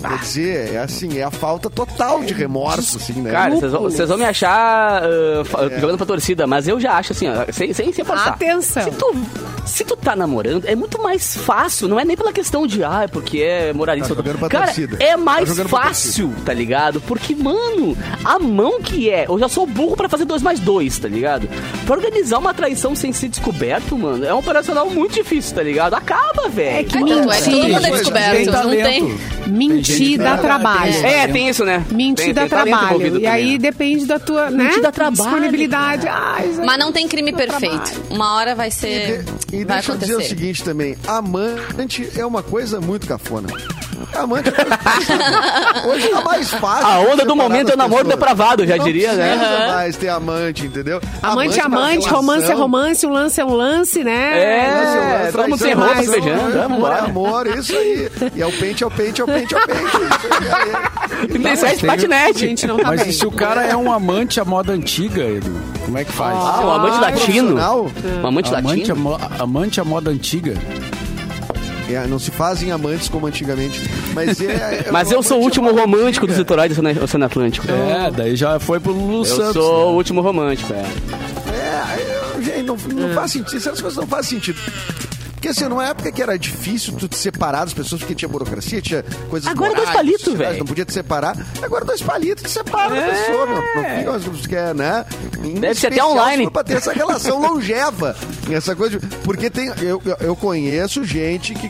Ah. Quer dizer, é assim, é a falta total de remorso, assim, né? Cara, vocês vão- vocês vão me achar ah, fa- jogando pra torcida, mas eu já acho assim, ó, sem, sem, sem forçar. Atenção. Se tu, se tu tá namorando, é muito mais fácil. Não é nem pela questão de, ah, é porque é moralista. Tá jogando pra cara, torcida. é Tá mais jogando pra fácil, tá ligado? Porque, mano, a mão que é. Eu já sou burro pra fazer dois mais dois, tá ligado? Pra organizar uma traição sem ser descoberto, mano, é um operacional muito difícil, tá ligado? Acaba, velho. É que Ah, tanto é que todo mentira. mundo é descoberto, não tem. Mentir dá trabalho. É, tem isso, né? Mentir Tem- dá tem talento trabalho. envolvido E também, aí né? depende da tua né? Mentir dá trabalho, disponibilidade. Ai, gente. Mas não tem crime perfeito. Uma hora É, vai ser. E, e vai deixa eu dizer o acontecer. seguinte também: amante é uma coisa muito cafona. Amante. é Hoje tá mais fácil. A onda do separar momento das é namoro pessoas. depravado, já Não diria, né? precisa mais ter amante, entendeu? Amante, é pra amante, relação. romance é romance, um lance é um lance, né? Lance É, lance, todo traição mundo sem roupa, se traição, beijando. né? Vamos Amor é embora. amor, isso aí. E é o pente, é o pente, é o pente, é o pente. Isso aí, Não, é- 37 mas teve- A patinete. gente não tá Mas bem. e se o cara é um amante à moda antiga, Edu? Como é que faz? Ah, um amante latino. profissional? Um amante amante, à latino. mo- amante à moda antiga. É, não se fazem amantes como antigamente. Mas, é- é Mas uma eu sou o amante último amante romântico do antiga. setor do Oceano- Oceano Atlântico. É, daí já foi pro Lulu Eu Santos. sou o né? último romântico, é. É, eu- gente, não, não faz sentido. Essas coisas não fazem sentido. Porque assim, numa época que era difícil tu te separar das pessoas, porque tinha burocracia, tinha coisas Agora dois morais, palitos, sociais, velho. É. Não podia te separar. Agora dois palitos te separam a pessoa, meu. Não fica mais como tu quer, né? Em Deve ser até especial, online. se for Pra ter essa (laughs) relação longeva. Essa coisa de- Porque tem, eu, eu- eu conheço gente que,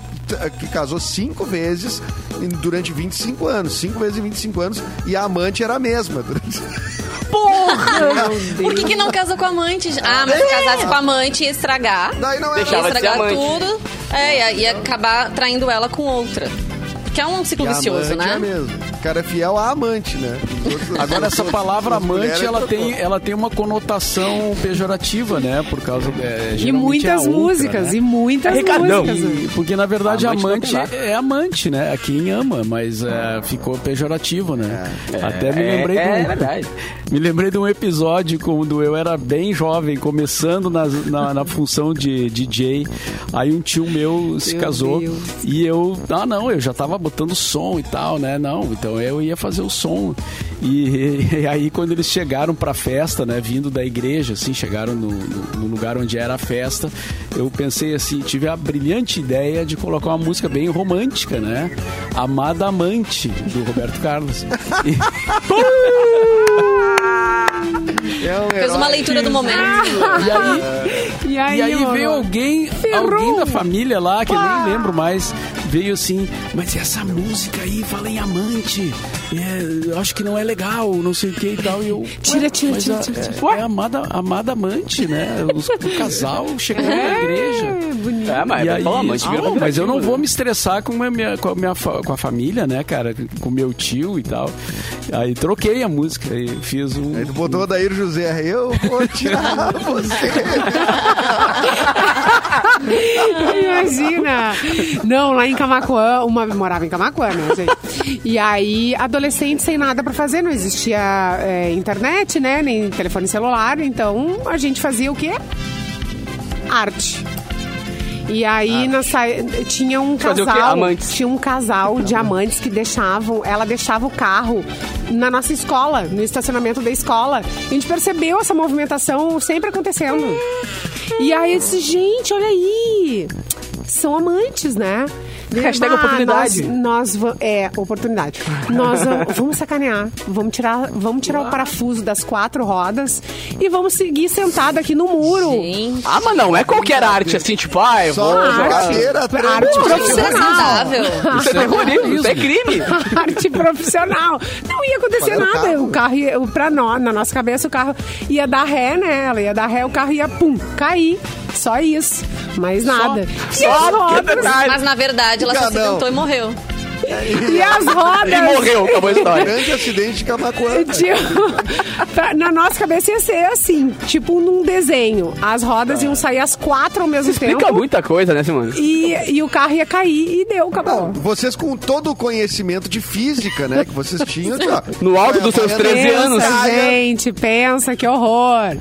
que casou cinco vezes em- durante 25 anos. Cinco vezes em 25 anos. E a amante era a mesma. (laughs) durante- um- Por que, que não casou com a amante? Ah, É! mas se casasse com a amante ia estragar. Daí não era Ia Deixava de ser estragar amante. tudo. É, ia, ia acabar traindo ela com outra. Que é um ciclo E a vicioso, amante né? É mesmo. O cara é fiel à amante, né? Os outros- Agora essa palavra as mulheres amante, é ela trocou. tem, ela tem uma conotação pejorativa, né? Por causa é, E geralmente é a muitas outra, músicas, né? e muitas Recadão. músicas. né? E- porque na verdade Amante amante, não é amante, né? É quem ama, mas é, ficou pejorativo, né? Até me lembrei é, de um, é verdade. (laughs) Me lembrei de um episódio quando eu era bem jovem, começando nas- na, na função de DJ. Aí um tio meu se Meu casou Deus. e eu, ah não, eu já tava botando som e tal, né? Não, então eu ia fazer o som. E, (laughs) e aí quando eles chegaram pra festa, né, vindo da igreja, assim, chegaram no, no- no lugar onde era a festa, eu pensei assim, tive a brilhante ideia de colocar uma música bem romântica, né? Amada Amante, do Roberto Carlos. E- É um Fez uma herói. leitura do Ah! momento. e aí, (laughs) E aí, E aí mano? veio alguém, Ferrou. alguém da família lá, que eu nem lembro mais, veio assim, mas essa música aí, fala em amante, é, eu acho que não é legal, não sei o que e tal. E eu, Tira, "Ué, tira, mas tira, a- tira, tira." É, é amada, amada amante, né? Os- o casal chegou na igreja. É bonito. É, mas E é aí, bom, amante virou Ah, mas eu não convidativo, vou né? me estressar com a minha, com a minha fa- com a família, né, cara? Com meu tio e tal. Aí troquei a música e fiz um. Aí tu botou o Daír José, eu vou tirar você. (laughs) Imagina! Não, lá em Camacuã, uma morava em Camacuã, né, gente? E aí, adolescente sem nada pra fazer, não existia é, internet, né? Nem telefone celular, então a gente fazia o quê? Arte. E aí na sai- tinha um Fazer o quê? casal, Amantes. tinha um casal de amantes que deixavam, ela deixava o carro na nossa escola, no estacionamento da escola. E a gente percebeu essa movimentação sempre acontecendo. E aí eu disse, gente, olha aí. São amantes, né? Hashtag Ah, oportunidade. Nós, nós va- é, oportunidade. Nós (laughs) va- vamos sacanear. Vamos tirar, vamos tirar o parafuso das quatro rodas e vamos seguir sentado aqui no muro. (laughs) Gente, Ah, mas não é qualquer arte assim, tipo, ah, eu Só vou. na arte. cadeira, Arte isso é profissional. saudável. Isso é terrorismo, isso é crime. arte profissional. Não ia acontecer Qual era o nada. carro? O carro ia, o- pra nós, na nossa cabeça, o carro ia dar ré nela, ia dar ré, o carro ia, pum, cair. Só isso. Mais nada. e, as rodas, Mas na verdade ela só se Enganou. tentou e morreu. e as rodas. E morreu, acabou (laughs) a história. Grande acidente de Camacuã. né? Tipo, (laughs) pra- na nossa cabeça ia ser assim, tipo num desenho. As rodas iam sair as quatro ao mesmo Explica tempo. muita coisa, né, Simone? E, e o carro ia cair e deu, acabou. Vocês com todo o conhecimento de física, né, que vocês tinham. ó, No alto vai dos seus apanhando 13 na pensa, anos. praia, gente, pensa, que horror.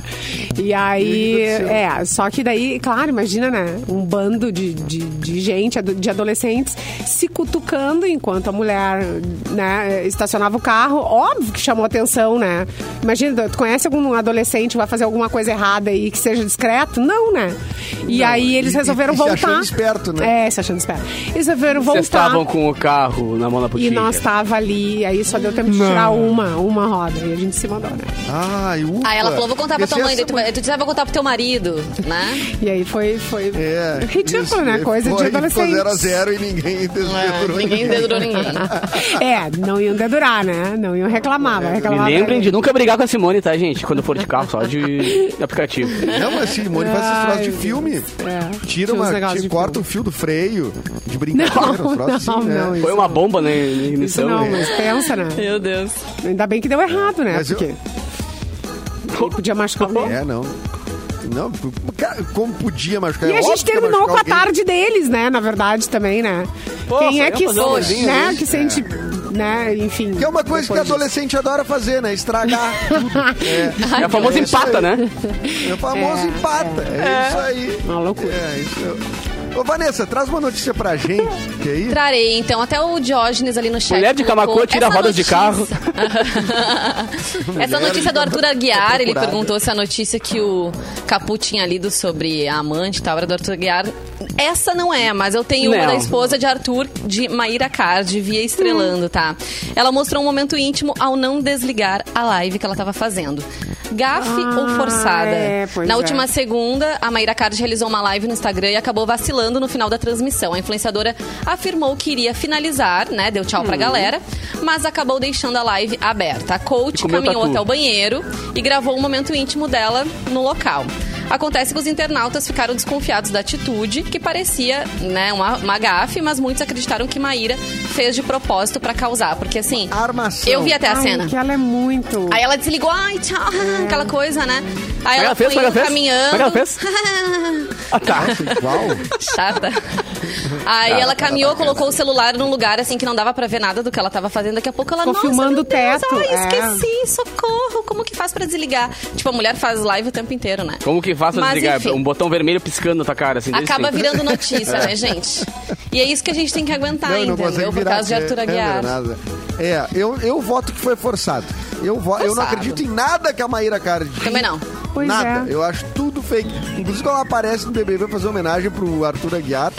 E aí, é, só que daí, claro, imagina, né? Um bando de, de, de gente, ado- de adolescentes, se cutucando enquanto a mulher, né, estacionava o carro. Óbvio que chamou atenção, né? Imagina, tu conhece algum adolescente que vai fazer alguma coisa errada e que seja discreto? Não, né? E aí eles e- resolveram e se voltar. achando esperto, né? É, se achando esperto. Eles resolveram voltar. Vocês estavam com o carro na mão na E putinha. nós tá tava ali, aí só deu tempo de tirar uma, uma roda. E a gente se mandou, né? Ai, ufa. Aí ela falou: vou contar pra tua Esse mãe, essa daí tu, vai- tu disse, ah, vou contar pro teu marido, (laughs) né? E aí foi, foi É, ridículo, isso, né? Coisa foi, de adolescente. Ficou 0 a 0 e ninguém (laughs) É, desmedurou ninguém dedurou ninguém. (laughs) É, não iam dedurar, né? Não iam reclamar, É, vai Me reclamar. lembrem né? de nunca brigar com a Simone, tá, gente? Quando for de carro, (laughs) só de aplicativo. Não, mas Simone faz esses troços de Ai, filme. É, Tira tinha uns uma, negócios tira- de corta filme. o fio do freio (laughs) de brincadeira, Não, uns troços não, assim, né? não, Foi uma bomba, né? Na Isso ignição. não, né? mas pensa, né? Meu Deus. Ainda bem que deu errado, né? Mas eu- Porque ele podia machucar o É, não. Não, p- cara, como podia machucar? E É a óbvio gente que ia terminou com a machucar alguém. tarde deles, né? Na verdade, também, né? Pô, Quem é só iam que, fazer um rolezinho, né? né? que sente, né? Enfim. Que é uma coisa que depois disso. adolescente adora fazer, né? Estragar (laughs) tudo. É, É a famosa É isso empata, aí. né? é o famoso É, empata. É, isso aí. Uma loucura. É, isso Ô, Vanessa, traz uma notícia pra gente, que aí... Trarei, então, até o Diógenes ali no chat. Mulher de colocou Camacuã tira essa rodas de notícia. carro. (laughs) Essa notícia é do Arthur Aguiar, ele procurada. perguntou se a notícia que o Capu tinha lido sobre a amante e tal era do Arthur Aguiar. Essa não é, mas eu tenho uma Não. da esposa de Arthur, de Maíra Card, via estrelando, tá? Ela mostrou um momento íntimo ao não desligar a live que ela tava fazendo. Gafe Ah, ou forçada? é, pois Na é. última segunda, a Maíra Card realizou uma live no Instagram e acabou vacilando no final da transmissão. A influenciadora afirmou que iria finalizar, né? Deu tchau Hum. pra galera, mas acabou deixando a live aberta. A coach E comeu caminhou tatu. até o banheiro e gravou um momento íntimo dela no local. Acontece que os internautas ficaram desconfiados da atitude, que parecia né, uma, uma gafe, mas muitos acreditaram que Maíra fez de propósito pra causar. Porque assim, Armação. eu vi até a Ai, cena. Que ela é muito. Aí ela desligou, ai, tchau, (laughs) aquela coisa, né? Aí Como ela ela foi fez? Como ela fez? caminhando. Como ela fez? Ah, tá. Nossa, igual. (laughs) Chata. Aí ela caminhou, colocou o celular num lugar assim que não dava pra ver nada do que ela tava fazendo. Daqui a pouco ela Ficou "Nossa, filmando meu o teto", Deus, Ai, é. esqueci, socorro. Como que faz pra desligar? Tipo, a mulher faz live o tempo inteiro, né? Como que faço Mas, desligar? enfim. Um botão vermelho piscando na tua cara, assim. desse Acaba jeito. (laughs) virando notícia, né, gente? E é isso que a gente tem que aguentar, Não, eu não entendeu? consigo Por virar causa de Arthur câmera, Aguiar. nada. É, eu, eu voto que foi forçado. Eu, vo- eu não Forçado. acredito em nada que a Maíra Cardi. Também não. Pois nada. é. Eu acho tudo fake. Inclusive, ela aparece no BBB pra fazer homenagem pro Arthur Aguiar.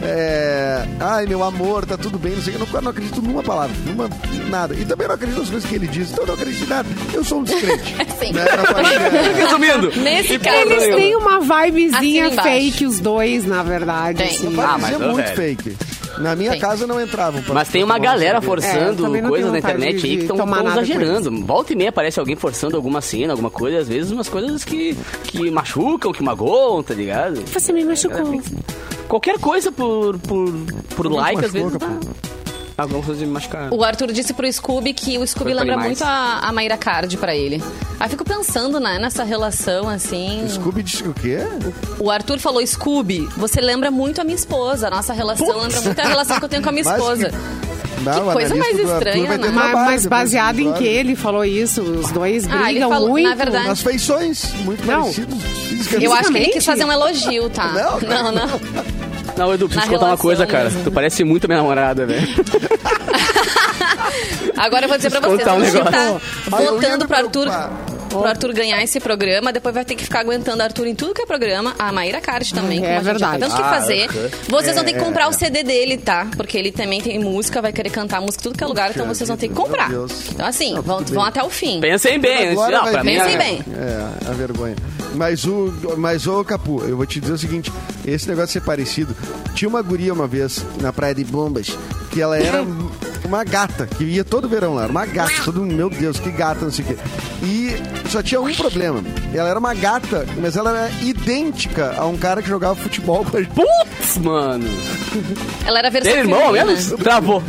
É, Ai, meu amor, tá tudo bem. Não sei, o quê. eu não, eu não acredito numa palavra, numa nada. E também não acredito nas coisas que ele diz. Então eu não acredito em nada. Eu sou um (laughs) descrente. É Sim. Né? Na Ah, família- Resumindo. Nesse e caso, pronto, Eles eu- têm uma vibezinha É, Assina embaixo. fake, os dois, na verdade. Tem. assim. Pode Ah, dizer mas, ô, é, muito velho. fake. Na minha Tem. casa não entravam. pra- Mas tem pra uma tomar uma galera cerveja. É, forçando também não tenho coisas na vontade internet de- aí que de estão tomar nada com exagerando. Volta e meia aparece alguém forçando alguma cena, alguma coisa, às vezes umas coisas que, que machucam, que magoam, tá ligado? Você me machucou. Qualquer coisa por, por, por like, às machucou, vezes. Ah, Tá... Alguma coisa me machucar. O Arthur disse pro Scooby que o Scooby Foi pra lembra animais. muito a, a Mayra Card pra ele. Aí fico pensando, né, nessa relação, assim. Scooby disse o quê? O Arthur falou, Scooby, você lembra muito a minha esposa. A nossa relação lembra muito a relação que eu tenho com a minha (laughs) Mas esposa. Não, Que o coisa analista mais do Arthur estranha, vai ter né? Ma- Mas, trabalho depois baseado desse em que trabalho. ele falou isso, os dois brigam Ah, ele falou- muito. na verdade- Nas feições, muito Não. parecidos. fisicamente. Eu acho que ele Fisicamente? quis fazer um elogio, tá? Não, não. não. Não, Edu, preciso Na te contar uma relação coisa, cara. mesmo. Tu parece muito minha namorada, velho. (laughs) Agora eu vou dizer pra vocês, Contar um a gente tá negócio. Ai, eu ia votando me pro Arthur, preocupar. pro Arthur ganhar esse programa, depois vai ter que ficar aguentando Arthur em tudo que é programa, a Maíra Card também, É como a gente já tá verdade. tendo que Ah, fazer. ok. Vocês vão ter que comprar o CD dele, tá? Porque ele também tem música, vai querer cantar música em tudo que é lugar, então Puxa vocês vão ter que vida, comprar. meu Deus. Então assim, Não, vão, tudo vão bem. até o fim. Pensem bem, antes. Agora Não, vai pra mim. vir- Pensem é- bem. É, a vergonha. Mas o. Mas o Capu, eu vou te dizer o seguinte: esse negócio de ser parecido. Tinha uma guria uma vez na praia de Bombas, que ela (laughs) era uma gata, que ia todo verão lá. era Uma gata, todo meu Deus, que gata, não sei o quê. E só tinha um problema. Ela era uma gata, mas ela era idêntica a um cara que jogava futebol com a gente. Putz, mano. Ela era a versão Tem irmão feminina. mesmo? Travou.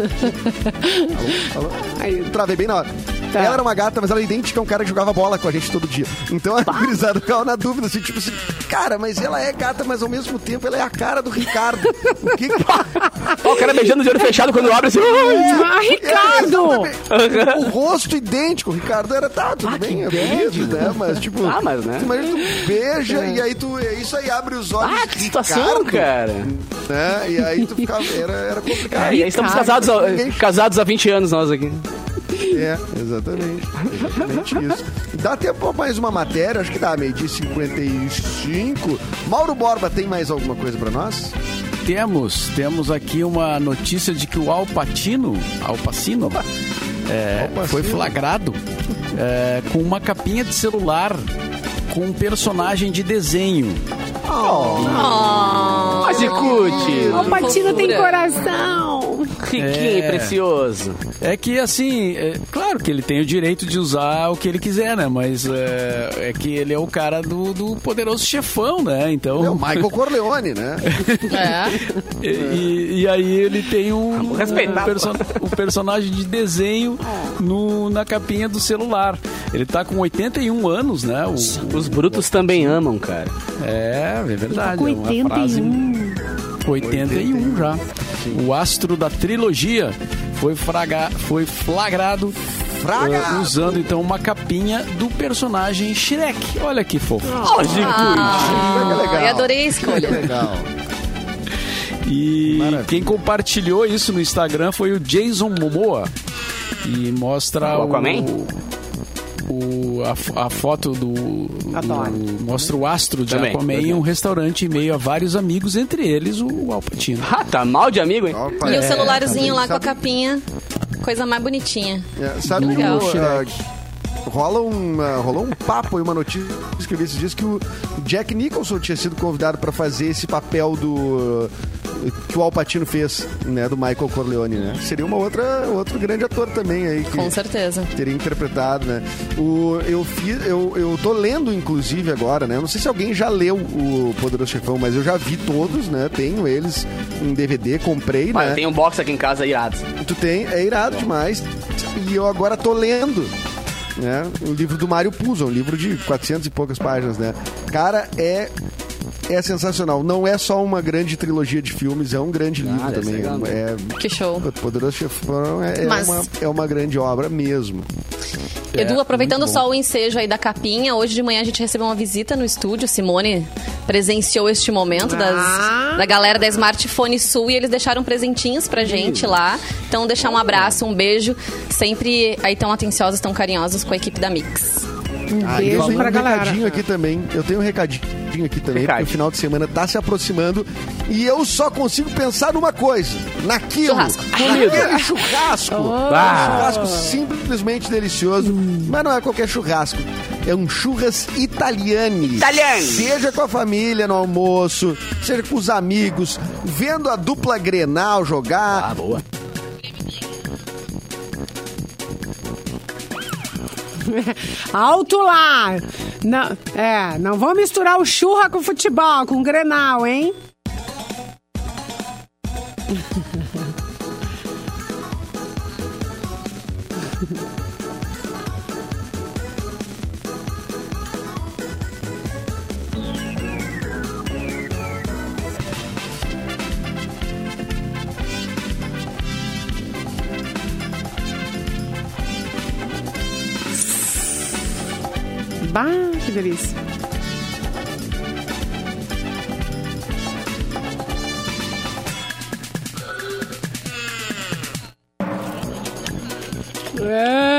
Aí, Travei bem na hora. Tá. Ela era uma gata, mas ela é idêntica a um cara que jogava bola com a gente todo dia. Então a gurizada ficava na dúvida, assim, tipo assim, cara, mas ela é gata, mas ao mesmo tempo ela é a cara do Ricardo. O que que... (laughs) Ó, o cara beijando de olho fechado quando (laughs) abre assim. "Ai". Ah, Ricardo! É, o rosto idêntico, o Ricardo era, tá, tudo bem, é bonito, né? Mas tipo, Ah, mas, né? tu imagina, tu beija e aí tu, é isso aí abre os olhos. Ah, que situação, Ricardo, cara. Né? E aí tu ficava, era, era complicado. Ah, e aí estamos Ricardo. casados, ó, Ninguém- casados há 20 anos nós aqui. É, exatamente. Exatamente isso. Dá tempo pra mais uma matéria, acho que dá, meio-dia e 55. Mauro Borba, tem mais alguma coisa pra nós? Temos, temos aqui uma notícia de que o Alpatino, Alpacino, é, Alpacino. foi flagrado é, com uma capinha de celular com um personagem de desenho. Mas escute, O Patino tem Fofura. coração. riquinho, É. precioso. É que assim, é, claro que ele tem o direito de usar o que ele quiser, né? Mas é, é que ele é o cara do, do poderoso chefão, né? Então. É o Michael Corleone, né? É. E, e- e aí ele tem um, Vamos respeitar, um perso- um personagem de desenho no- na capinha do celular. Ele tá com 81 anos, né? O- Os brutos também amam, cara. é, é verdade. Com é uma frase- 81. 81 já. O astro da trilogia foi, fraga, foi flagrado Fraga! eh, usando então uma capinha do personagem Shrek. Olha que fofo. Ah. Ó, Gicuti. Olha que é legal. Ai, adorei a Olha escolha. que legal. E Maravilha. quem compartilhou isso no Instagram foi o Jason Momoa. E mostra O o. Aquaman? o- a, f- a foto do, Adoro. do- Mostra o astro de Também, Aquaman em verdade. um restaurante em meio a vários amigos, entre eles o Al Pacino. Ah, tá mal de amigo, hein? Opa, E é, o celularzinho lá com a sabe- capinha. Coisa mais bonitinha. É, sabe que Legal. o, ah, rola um, ah, rolou um papo e uma notícia que eu escrevi esses dias que o Jack Nicholson tinha sido convidado pra fazer esse papel do que o Alpatino fez, né, do Michael Corleone, né? Seria uma outra outro grande ator também aí que Com certeza. teria interpretado, né? O, eu, fiz, eu, eu tô lendo, inclusive, agora, né? Eu não sei se alguém já leu o Poderoso Chefão, mas eu já vi todos, né? Tenho eles em DVD, comprei, Mas né? eu tenho um box aqui em casa irado. Tu tem, é irado demais. E eu agora tô lendo. Né? O livro do Mário Puzo, um livro de 400 e poucas páginas, né? Cara, é é sensacional. Não é só uma grande trilogia de filmes, é um grande livro Cara, também. é legal, É, Que show. o Poderoso Chefão é, é Mas- uma, é uma grande obra mesmo. Edu, aproveitando É. muito bom. só o ensejo aí da capinha, hoje de manhã a gente recebeu uma visita no estúdio. Simone presenciou este momento das- Ah. da galera da Smartphone Sul e eles deixaram presentinhos pra gente lá. Então, deixar um abraço, um beijo. Sempre aí tão atenciosas, tão carinhosas com a equipe da Mix. Um Ah, eu beijo tenho pra um galera. recadinho aqui também. Eu tenho um recadinho aqui também, Recado. porque o final de semana tá se aproximando e eu só consigo pensar numa coisa: naquilo. Churrasco. Naquele Oh. churrasco. Bah. Um churrasco simplesmente delicioso, mas não é qualquer churrasco. É um churras italiani. Italiani. Seja com a família no almoço, seja com os amigos, vendo a dupla Grenal jogar, Ah, boa. Alto lá! Não, é, não vão misturar o churra com o futebol, com o Grenal, hein? Bah, que delícia.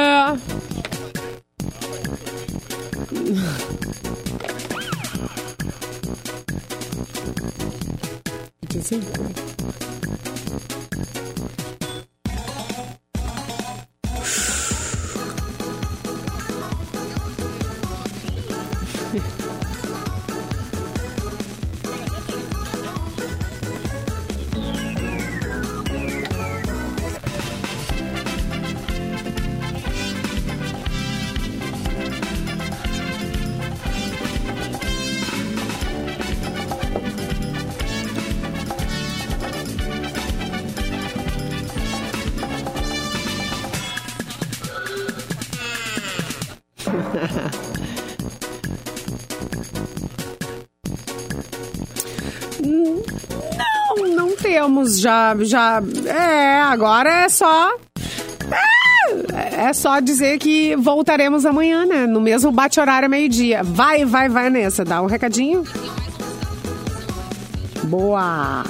É. Assim? Não, não temos. Já, já. É, agora é só. É, é só dizer que voltaremos amanhã, né? No mesmo bate-horário, meio-dia. Vai, vai, vai nessa. Dá um recadinho. Boa!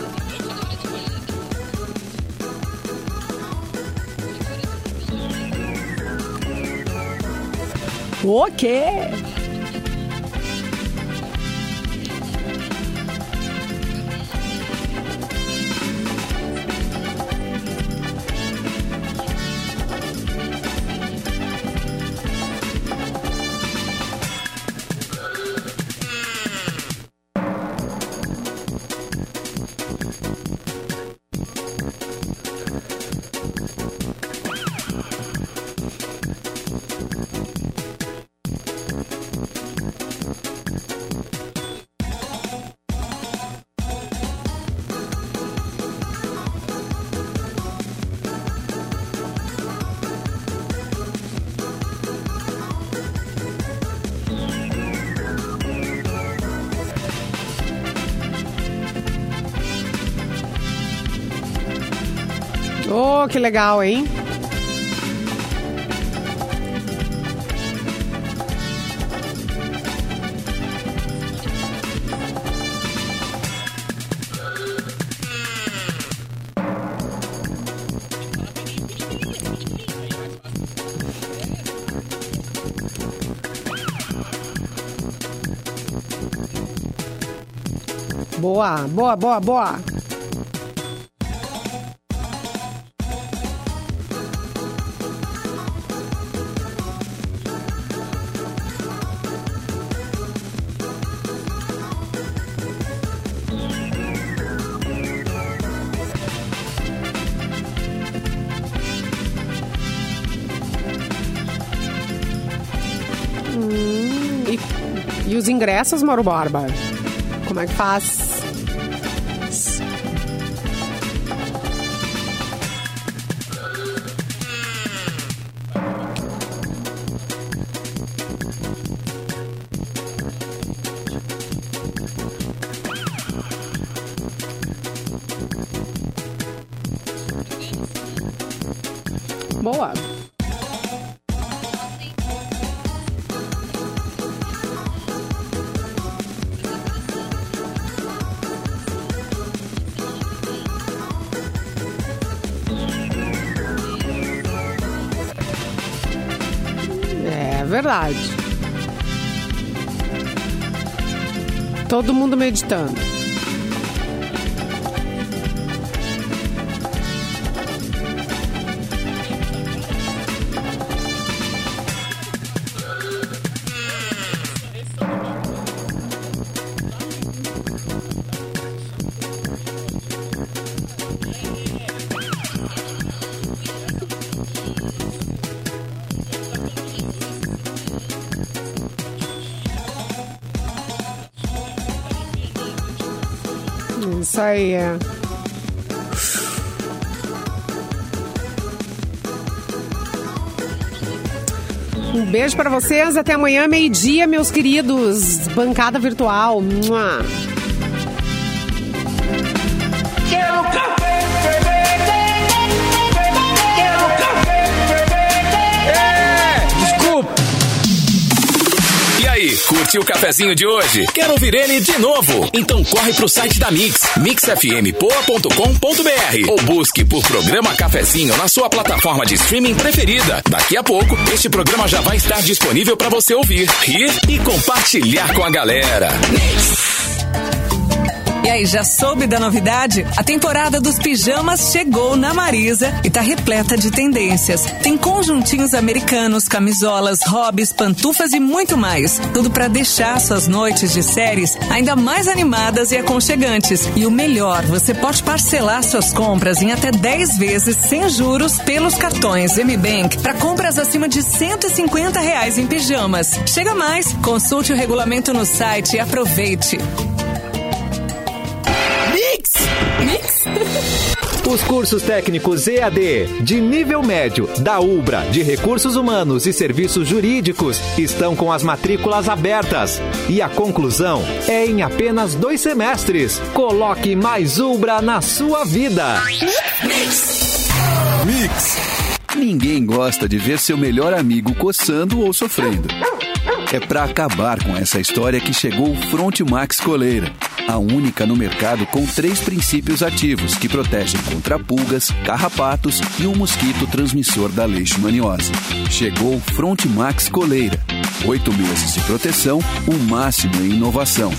O quê? Oh, que legal, hein? Boa, boa, boa, boa. E, e os ingressos, Mauro Borba? Como é que faz? Boa. É verdade. Todo mundo meditando. Isso aí é. Um beijo pra vocês, até amanhã, meio-dia, meus queridos. Bancada virtual. Mua. E aí, curtiu o cafezinho de hoje? Quer ouvir ele de novo? Então corre pro site da Mix, mixfmpoa.com.br ou busque por programa Cafezinho na sua plataforma de streaming preferida. Daqui a pouco, este programa já vai estar disponível para você ouvir, rir e compartilhar com a galera. E aí, já soube da novidade? A temporada dos pijamas chegou na Marisa e tá repleta de tendências. Tem conjuntinhos americanos, camisolas, hobbies, pantufas e muito mais. Tudo pra deixar suas noites de séries ainda mais animadas e aconchegantes. E o melhor, você pode parcelar suas compras em até 10 vezes sem juros pelos cartões MBank para compras acima de 150 reais em pijamas. Chega mais, consulte o regulamento no site e aproveite. Os cursos técnicos EAD de nível médio da UBRA de Recursos Humanos e Serviços Jurídicos estão com as matrículas abertas. E a conclusão é em apenas dois semestres. Coloque mais UBRA na sua vida. Ninguém gosta de ver seu melhor amigo coçando ou sofrendo. É pra acabar com essa história que chegou o Front Max Coleira, a única no mercado com três princípios ativos que protegem contra pulgas, carrapatos e um mosquito transmissor da leishmaniose. Chegou o Front Max Coleira. Oito meses de proteção, o máximo em inovação.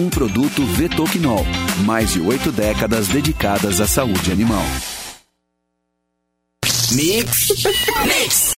Um produto Vetoquinol, mais de oito décadas dedicadas à saúde animal.